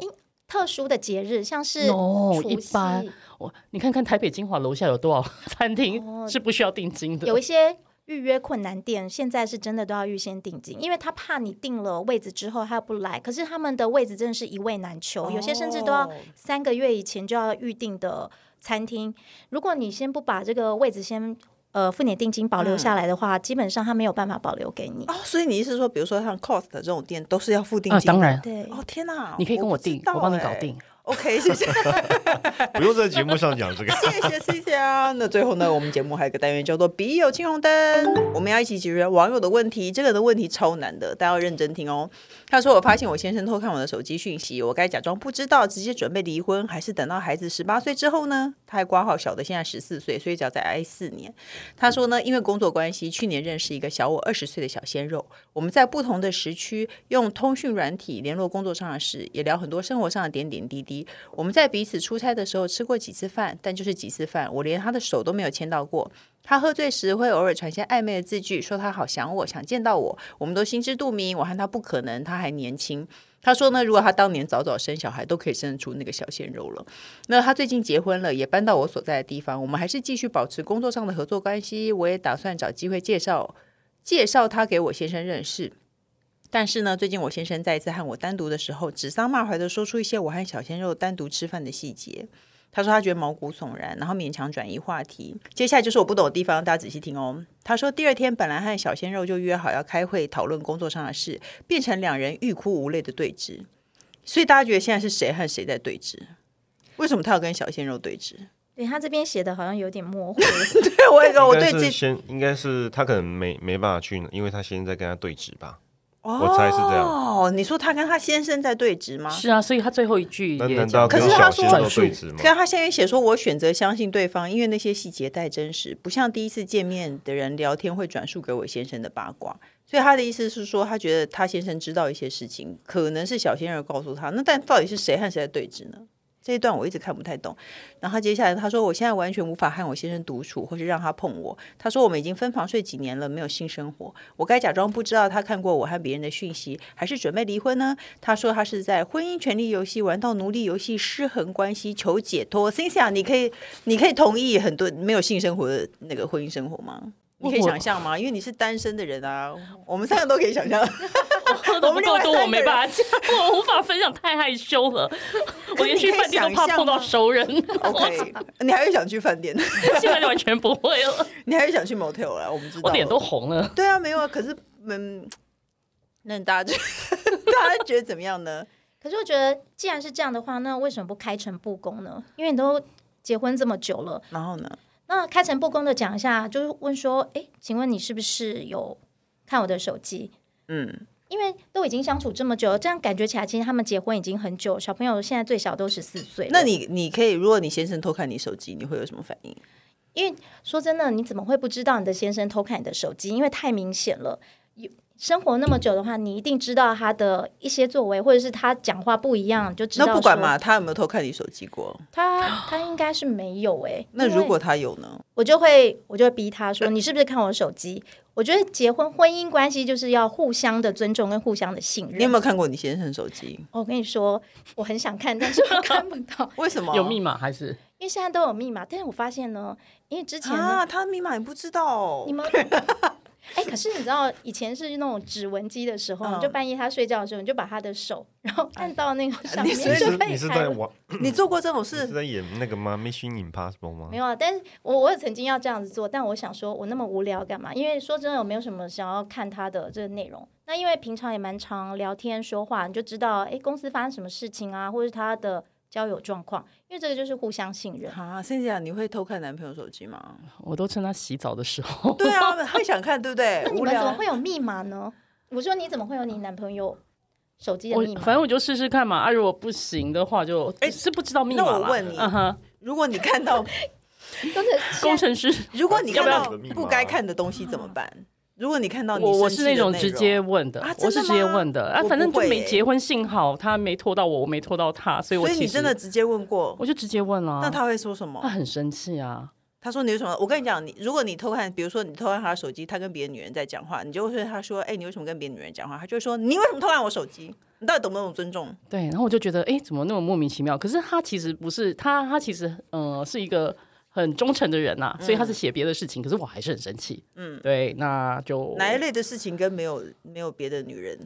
C: 特殊的节日，像是
D: No，
C: 除
D: 哦一
C: 夕
D: 般我你看看台北精华楼下有多少 餐厅
C: 哦
D: 是不需要定金的？
C: 有一
A: 呃
C: 些预约困难店，现在是真的都要预先定金，因为他怕你定了位置之后他不来。可是他们的位置真的是一位难求，有些甚至都要
A: 哦
C: 三个月以前就要预定的餐厅。如果你先不把这个位置先呃付点定金保留下来的话，基本上他没有办法保留给你。
A: 嗯哦，所以你意思是说，比如说像 Cost 这种店都是要付定
D: 啊，
A: 金的？
D: 当然，
C: 对，
A: 哦，天哪！
D: 你可以跟我
A: 不知
D: 定，
A: 道
D: 我帮你搞
A: 哎
D: 定。
A: OK，谢 谢，
B: 不用在节目上讲这个。
A: 谢谢，谢谢 啊！那最后呢，我们节目还有一个单元叫做“笔友青红灯”，我们要一起解决网友的问题。这个的问题超难的，大家要认真听哦。他说：“我发现我先生偷看我的手机讯息，我该假装不知道，直接准备离婚，还是等到孩子十八岁之后呢？”他还挂号小的现在十四岁，所以只要再挨四年。他说呢，因为工作关系，去年认识一个小我二十岁的小鲜肉，我们在不同的时区用通讯软体联络工作上的事，也聊很多生活上的点点滴滴。我们在彼此出差的时候吃过几次饭，但就是几次饭，我连他的手都没有牵到过。他喝醉时会偶尔传些暧昧的字句，说他好想我，想见到我。我们都心知肚明，我和他不可能，他还年轻。他说呢，如果他当年早早生小孩，都可以生得出那个小鲜肉了。那他最近结婚了，也搬到我所在的地方，我们还是继续保持工作上的合作关系。我也打算找机会介绍介绍他给我先生认识。但是呢，最近我先生再一次和我单独的时候，指桑骂槐的说出一些我和小鲜肉单独吃饭的细节。他说他觉得毛骨悚然，然后勉强转移话题。接下来就是我不懂的地方，大家仔细听哦。他说第二天本来和小鲜肉就约好要开会讨论工作上的事，变成两人欲哭无泪的对峙。所以大家觉得现在是谁和谁在对峙？为什么他要跟小鲜肉对峙？
C: 对他这边写的好像有点模 糊。
A: 对 我也有，我
B: 应该
A: 对
B: 是
A: 这
B: 先应该是他可能没没办法去，因为他现在跟他对峙吧。我猜是这样。
A: 哦，你说他跟他先生在对峙吗？
D: 是啊，所以他最后一句
B: 那
D: 也
B: 难道
D: 讲
A: 可
B: 跟
A: 是他
B: 小
A: 说
B: 鲜肉
D: 转述
B: 对峙吗？
A: 可是他现在写说，我选择相信对方，因为那些细节太真实，不像第一次见面的人聊天会转述给我先生的八卦。所以他的意思是说，他觉得他先生知道一些事情，可能是小鲜肉告诉他。那但到底是谁和谁在对峙呢？这一段我一直看不太懂。然后他接下来他说，我现在完全无法和我先生独处，或是让他碰我。他说我们已经分房睡几年了，没有性生活。我该假装不知道他看过我和别人的讯息，还是准备离婚呢？他说他是在婚姻权利游戏玩到奴隶游戏，失衡关系，求解脱。c y n t h i a 你可以你可以同意很多没有性生活的那个婚姻生活吗？你可以
D: 我
A: 想象吗？因为你是单身的人啊，我们三个都可以 想象。
D: 喝的
A: 我
D: 不
A: 们
D: 够
A: 另
D: 多，
A: 外
D: 我没
A: 三个
D: 办法讲， 我无法分享，太害羞了。我连
A: 你
D: 去
A: 可以
D: 饭店都
A: 想
D: 怕
A: 象
D: 碰到
A: 吗
D: 熟 人，
A: OK，你还会想去饭店，
D: 现在就完全不会了，
A: 你还会想去 motel 了？我们知道
D: 我脸
A: 了
D: 都红了。
A: 对啊，没有啊。可是，嗯，那大家觉得 大家觉得怎么样呢？
C: 可是我觉得，既然是这样的话，那为什么不开诚布公呢？因为你都结婚这么久了，
A: 然后呢？
C: 那开诚布公的讲一下，就是问说，诶，请问你是不是有看我的手机？
A: 嗯，
C: 因为都已经相处这么久了，这样感觉起来，其实他们结婚已经很久，小朋友现在最小都十四岁了。
A: 那你你可以，如果你先生偷看你手机，你会有什么反应？
C: 因为说真的，你怎么会不知道你的先生偷看你的手机？因为太明显了。有生活那么久的话，你一定知道他的一些作为，或者是他讲话不一样，就知道。嗯
A: 那不管嘛，，他有没有偷看你手机过？
C: 他他应该是没有诶、
A: 那
C: 因为
A: 如果他有呢？
C: 我就会我就会逼他说：“你是不是看我的手机？”我觉得结婚婚姻关系就是要互相的尊重跟互相的信任。
A: 你有没有看过你先生手机？
C: 我跟你说，我很想看，但是我看不 到，
A: 为什么？
D: 有密码还是
C: 因为现在都有密码。但是我发现呢，因为之前呢，
A: 啊？他的密码你不知道哦、
C: 你们。哎、可是你知道以前是那种指纹机的时候，
A: 嗯哎
C: 你就半夜他睡觉的时候，你就把他的手，然后按到那个上面
A: 你
B: 你
C: 就是可
B: 你
C: 以
B: 是
C: 开
B: 在
C: 了。
B: 玩，
A: 你做过这种
B: 你是
A: 事？
B: 在演那个吗？Mission Impossible 吗
C: 没？有啊，但是我我也曾经要这样子做，但我想说，我那么无聊干嘛？因为说真的，我没有什么想要看他的这个内容。那因为平常也蛮常聊天说话，你就知道，哎，公司发生什么事情啊，或者是他的交友状况，因为这个就是互相信任。
A: 啊，甚至啊，你会偷看男朋友手机吗？
D: 我都趁他洗澡的时候，
A: 对啊， 会想看，对不对
C: 那？你
A: 无
C: 们怎么
A: 聊
C: 会。有密码呢？我说你怎么会有你男朋友手机的
D: 我
C: 密码？
D: 反正我就试试看嘛。啊，如果不行的话就，
A: 哎
D: 是不知道密
A: 那
D: 码
A: 我
D: 啦
A: 问你
D: 嗯哼，
A: 如果你看到
C: 工程师
D: 工程师，
A: 如果你看
D: 要不要
A: 到不该看的东西怎么办？如果你看哦到你
D: 啊我我
A: 生
D: 是
A: 气
D: 那
A: 的
D: 种
A: 内
D: 直
A: 容
D: 接问的，
A: 啊真的
D: 我是直接
A: 吗
D: 问的啊，
A: 我
D: 反正
A: 不
D: 就
A: 会
D: 没
A: 欸
D: 结婚，幸好他没拖到我，我没拖到他，所以我
A: 所以
D: 其
A: 你
D: 实
A: 真的直接问过
D: 我，就直接问了啊。
A: 那他会说什
D: 他
A: 么？
D: 很生气啊，
A: 他说你有什么？我跟你讲，你如果你偷看，比如说你偷看他的手机，他跟别的女人在讲话，你就会对他说：“哎、你为什么跟别的女人讲话？”他就会说：“你为什么偷看我手机？你到底懂不懂尊重
D: 对，然后我就觉得，哎，怎么那么莫名其妙？可是他其实不是他，他其实呃是一个很忠诚的人呐、所以
A: 嗯
D: 他是写别的事情，可是我还是很生气。嗯，对，那就？”
A: 哪一类的事情跟没有没有别的女人？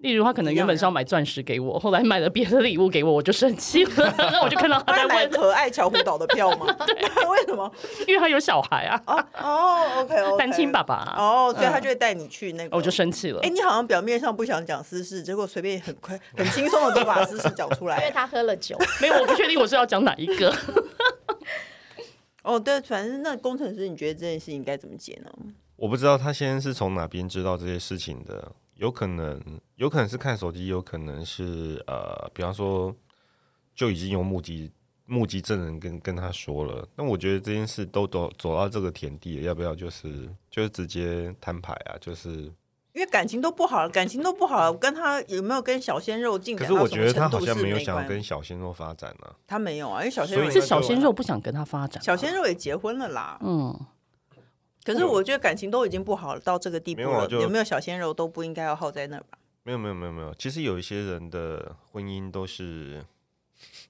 D: 例如他可能原本是要买钻石给我，后来买了别的礼物给我，我就生气了。 那我就看到
A: 他
D: 他在
A: 还买
D: 问，
A: 可爱巧虎岛的票 吗？为什么？
D: 因为他有小孩啊，
A: 哦哦，OK OK，
D: 单亲爸。爸啊，哦
A: 哦，所以他就会带你去那个。
D: 我就生气了
A: 哎、。你好像表面上不想讲私事，结果随便很快、很轻松的都把私事讲出
C: 因为
A: 来。
C: 他喝了 酒，
D: 没有，我不确定我是要讲哪一 个。
A: 啊哦，对，反正那工程师，你觉得这件事情该怎么解呢？
B: 我不知道他先生是从哪边知道这些事情的，有可能，有可能是看手机，有可能是呃，比方说就已经有目击目击证人跟跟他说了。那我觉得这件事都走走到这个田地了，要不要就是就是直接摊牌啊？就是，
A: 因为感情都不好了，感情都不好了，跟他有没有跟小鲜肉进
B: 可
A: 展
B: 是
A: 到什
B: 我
A: 么
B: 觉得他
A: 程
B: 好
A: 度是
B: 像没有想
A: 关
B: 要跟小鲜肉发展啊。
A: 他没有啊，因为小鲜
B: 所
A: 肉
B: 以
A: 也
D: 是小鲜肉不想跟他发展，
A: 小鲜肉也结婚了啦。
D: 嗯，
A: 可是我觉得感情都已经不好了，到这个地步
B: 没有
A: 了，
B: 啊就
A: 有没有小鲜肉都不应该要耗在那儿吧？
B: 没有没有没有没有，其实有一些人的婚姻都是，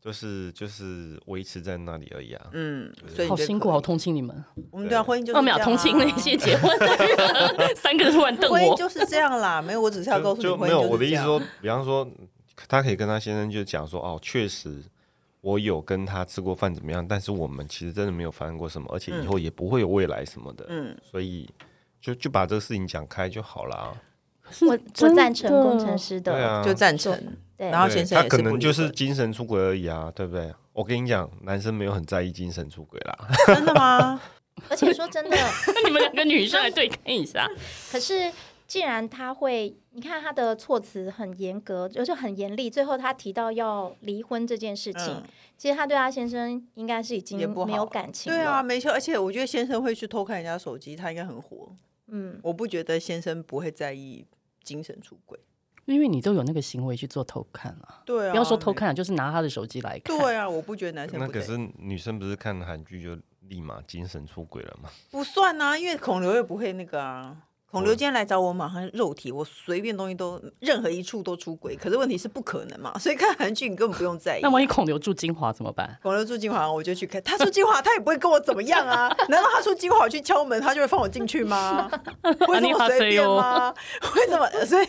B: 就是就是维持在那里而已啊。
A: 嗯，所以
D: 好
A: 你就
D: 辛苦，
A: 可以
D: 好同情你们。
A: 我们对啊，婚姻就是
D: 奥妙
A: 这样
D: 同情那
A: 啊
D: 些结婚的人， 三个人突然瞪
A: 婚姻
D: 我。
A: 就是这样啦，没有，我只是要
B: 就
A: 告诉你，
B: 就
A: 婚
B: 没
A: 姻
B: 有
A: 就是
B: 我的意
A: 这
B: 思
A: 样
B: 说，比方说，他可以跟他先生就讲说，哦，确实我有跟他吃过饭怎么样，但是我们其实真的没有发生过什么，而且以后也不会有未来什么的，
A: 嗯，
B: 所以就就把这个事情讲开就好了啊。
C: 我我赞成
D: 真的
C: 工程师的，
B: 对啊，
A: 就赞成
C: 做。对
A: 然后
B: 对
A: 先生
B: 他
A: 也
B: 可
A: 是不
B: 能
A: 离
B: 就是
A: 婚
B: 精神出轨而已啊，对不对？我跟你讲，男生没有很在意精神出轨啦。
A: 真的吗？
C: 而且说真的，
D: 那你们两个女生来对看一下，
C: 可是既然他会，你看他的措辞很严格，就是很严厉，最后他提到要离婚这件事情，
A: 嗯，
C: 其实他对他先生应该是已经
A: 也不好
C: 没有感情了。
A: 对啊，没错。而且我觉得先生会去偷看人家手机，他应该很火。
C: 嗯，
A: 我不觉得先生不会在意精神出轨。
D: 因为你都有那个行为去做偷看啊，
A: 对啊，
D: 不要说偷看啊，就是拿他的手机来看。
A: 对啊，我不觉得男生
B: 那
A: 不
B: 可
A: 在
B: 是女生不是看韩剧就立马精神出轨了吗？
A: 不算啊，因为孔刘也不会那个啊。孔刘
B: 我
A: 今天来找我，马上肉体，我随便东西都任何一处都出轨。可是问题是不可能嘛，所以看韩剧你根本不用在意
D: 那。万一孔留住精华怎么办？
A: 孔刘住金华，我就去看。他说金华，他也不会跟我怎么样啊？难道他说金华我去敲门，他就会放我进去吗？为什
D: 你
A: 么
D: 好
A: 随
D: 谁
A: 便
D: 哟
A: 吗？ 为什么？所以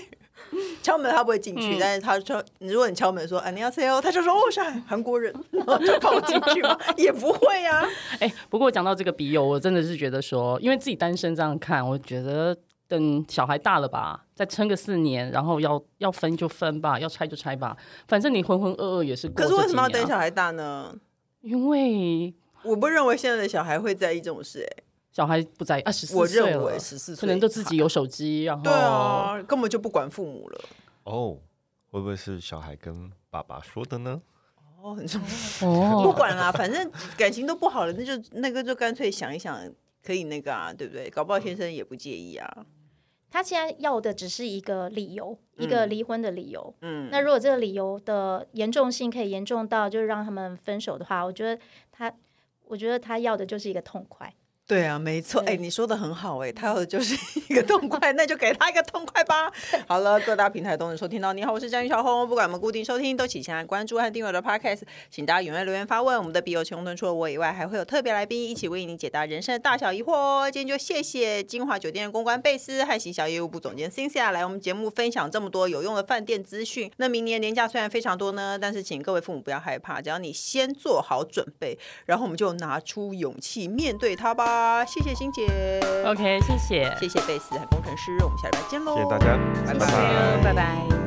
A: 敲门他不会进去，但是他说，你如果你敲门说“啊你要 say 哦”，他就说“哦，我是韩韩国人”， 然后就放我进去吗？也不会啊。
D: 哎、不过讲到这个笔友，我真的是觉得说，因为自己单身这样看，我觉得等小孩大了吧，再撑个四年，然后要要分就分吧，要拆就拆吧，反正你浑浑噩噩也是过
A: 可
D: 这
A: 是
D: 几年啊。
A: 为什么要等小孩大呢？
D: 因为
A: 我不认为现在的小孩会在意这种事、哎，
D: 小孩不在意，二啊十四
A: 我
D: 岁
A: 认为
D: 了，
A: 十四岁
D: 可能都自己有手机，然后
A: 对啊，根本就不管父母了。
B: 哦，会不会是小孩跟爸爸说的呢？
A: 哦，很重要，
D: 哦，
A: 不管啦， 反正感情都不好了，那就那个就干脆想一想，可以那个啊，对不对？搞不好先生也不介意啊。
C: 他现在要的只是一个理由，一个离婚的理由。
A: 嗯，
C: 那如果这个理由的严重性可以严重到就是让他们分手的话，我觉得他，我觉得他要的就是一个痛快。
A: 对啊，没错。哎、
C: 对
A: 你说的很好、哎，他要的就是一个痛快，那就给他一个痛快吧。好了，各大平台都能收听到。你好，我是张宇小红。不管我们固定收听，都请先来关注和订阅我的 Podcast，请大家踊跃留言发问。我们的笔友穷顿除了我以外，还会有特别来宾一起为你解答人生的大小疑惑哦。今天就谢谢金华酒店的公关贝斯和行销业务部总监 Cynthia 来我们节目分享这么多有用的饭店资讯。那明年年假虽然非常多呢，但是请各位父母不要害怕，只要你先做好准备，然后我们就拿出勇气面对它吧。谢谢欣姐
D: OK，谢谢，
A: 谢谢贝斯和工程师，我们下礼拜见喽，
B: 谢谢大家，
A: 拜
C: 谢
A: 拜
C: 谢，拜拜。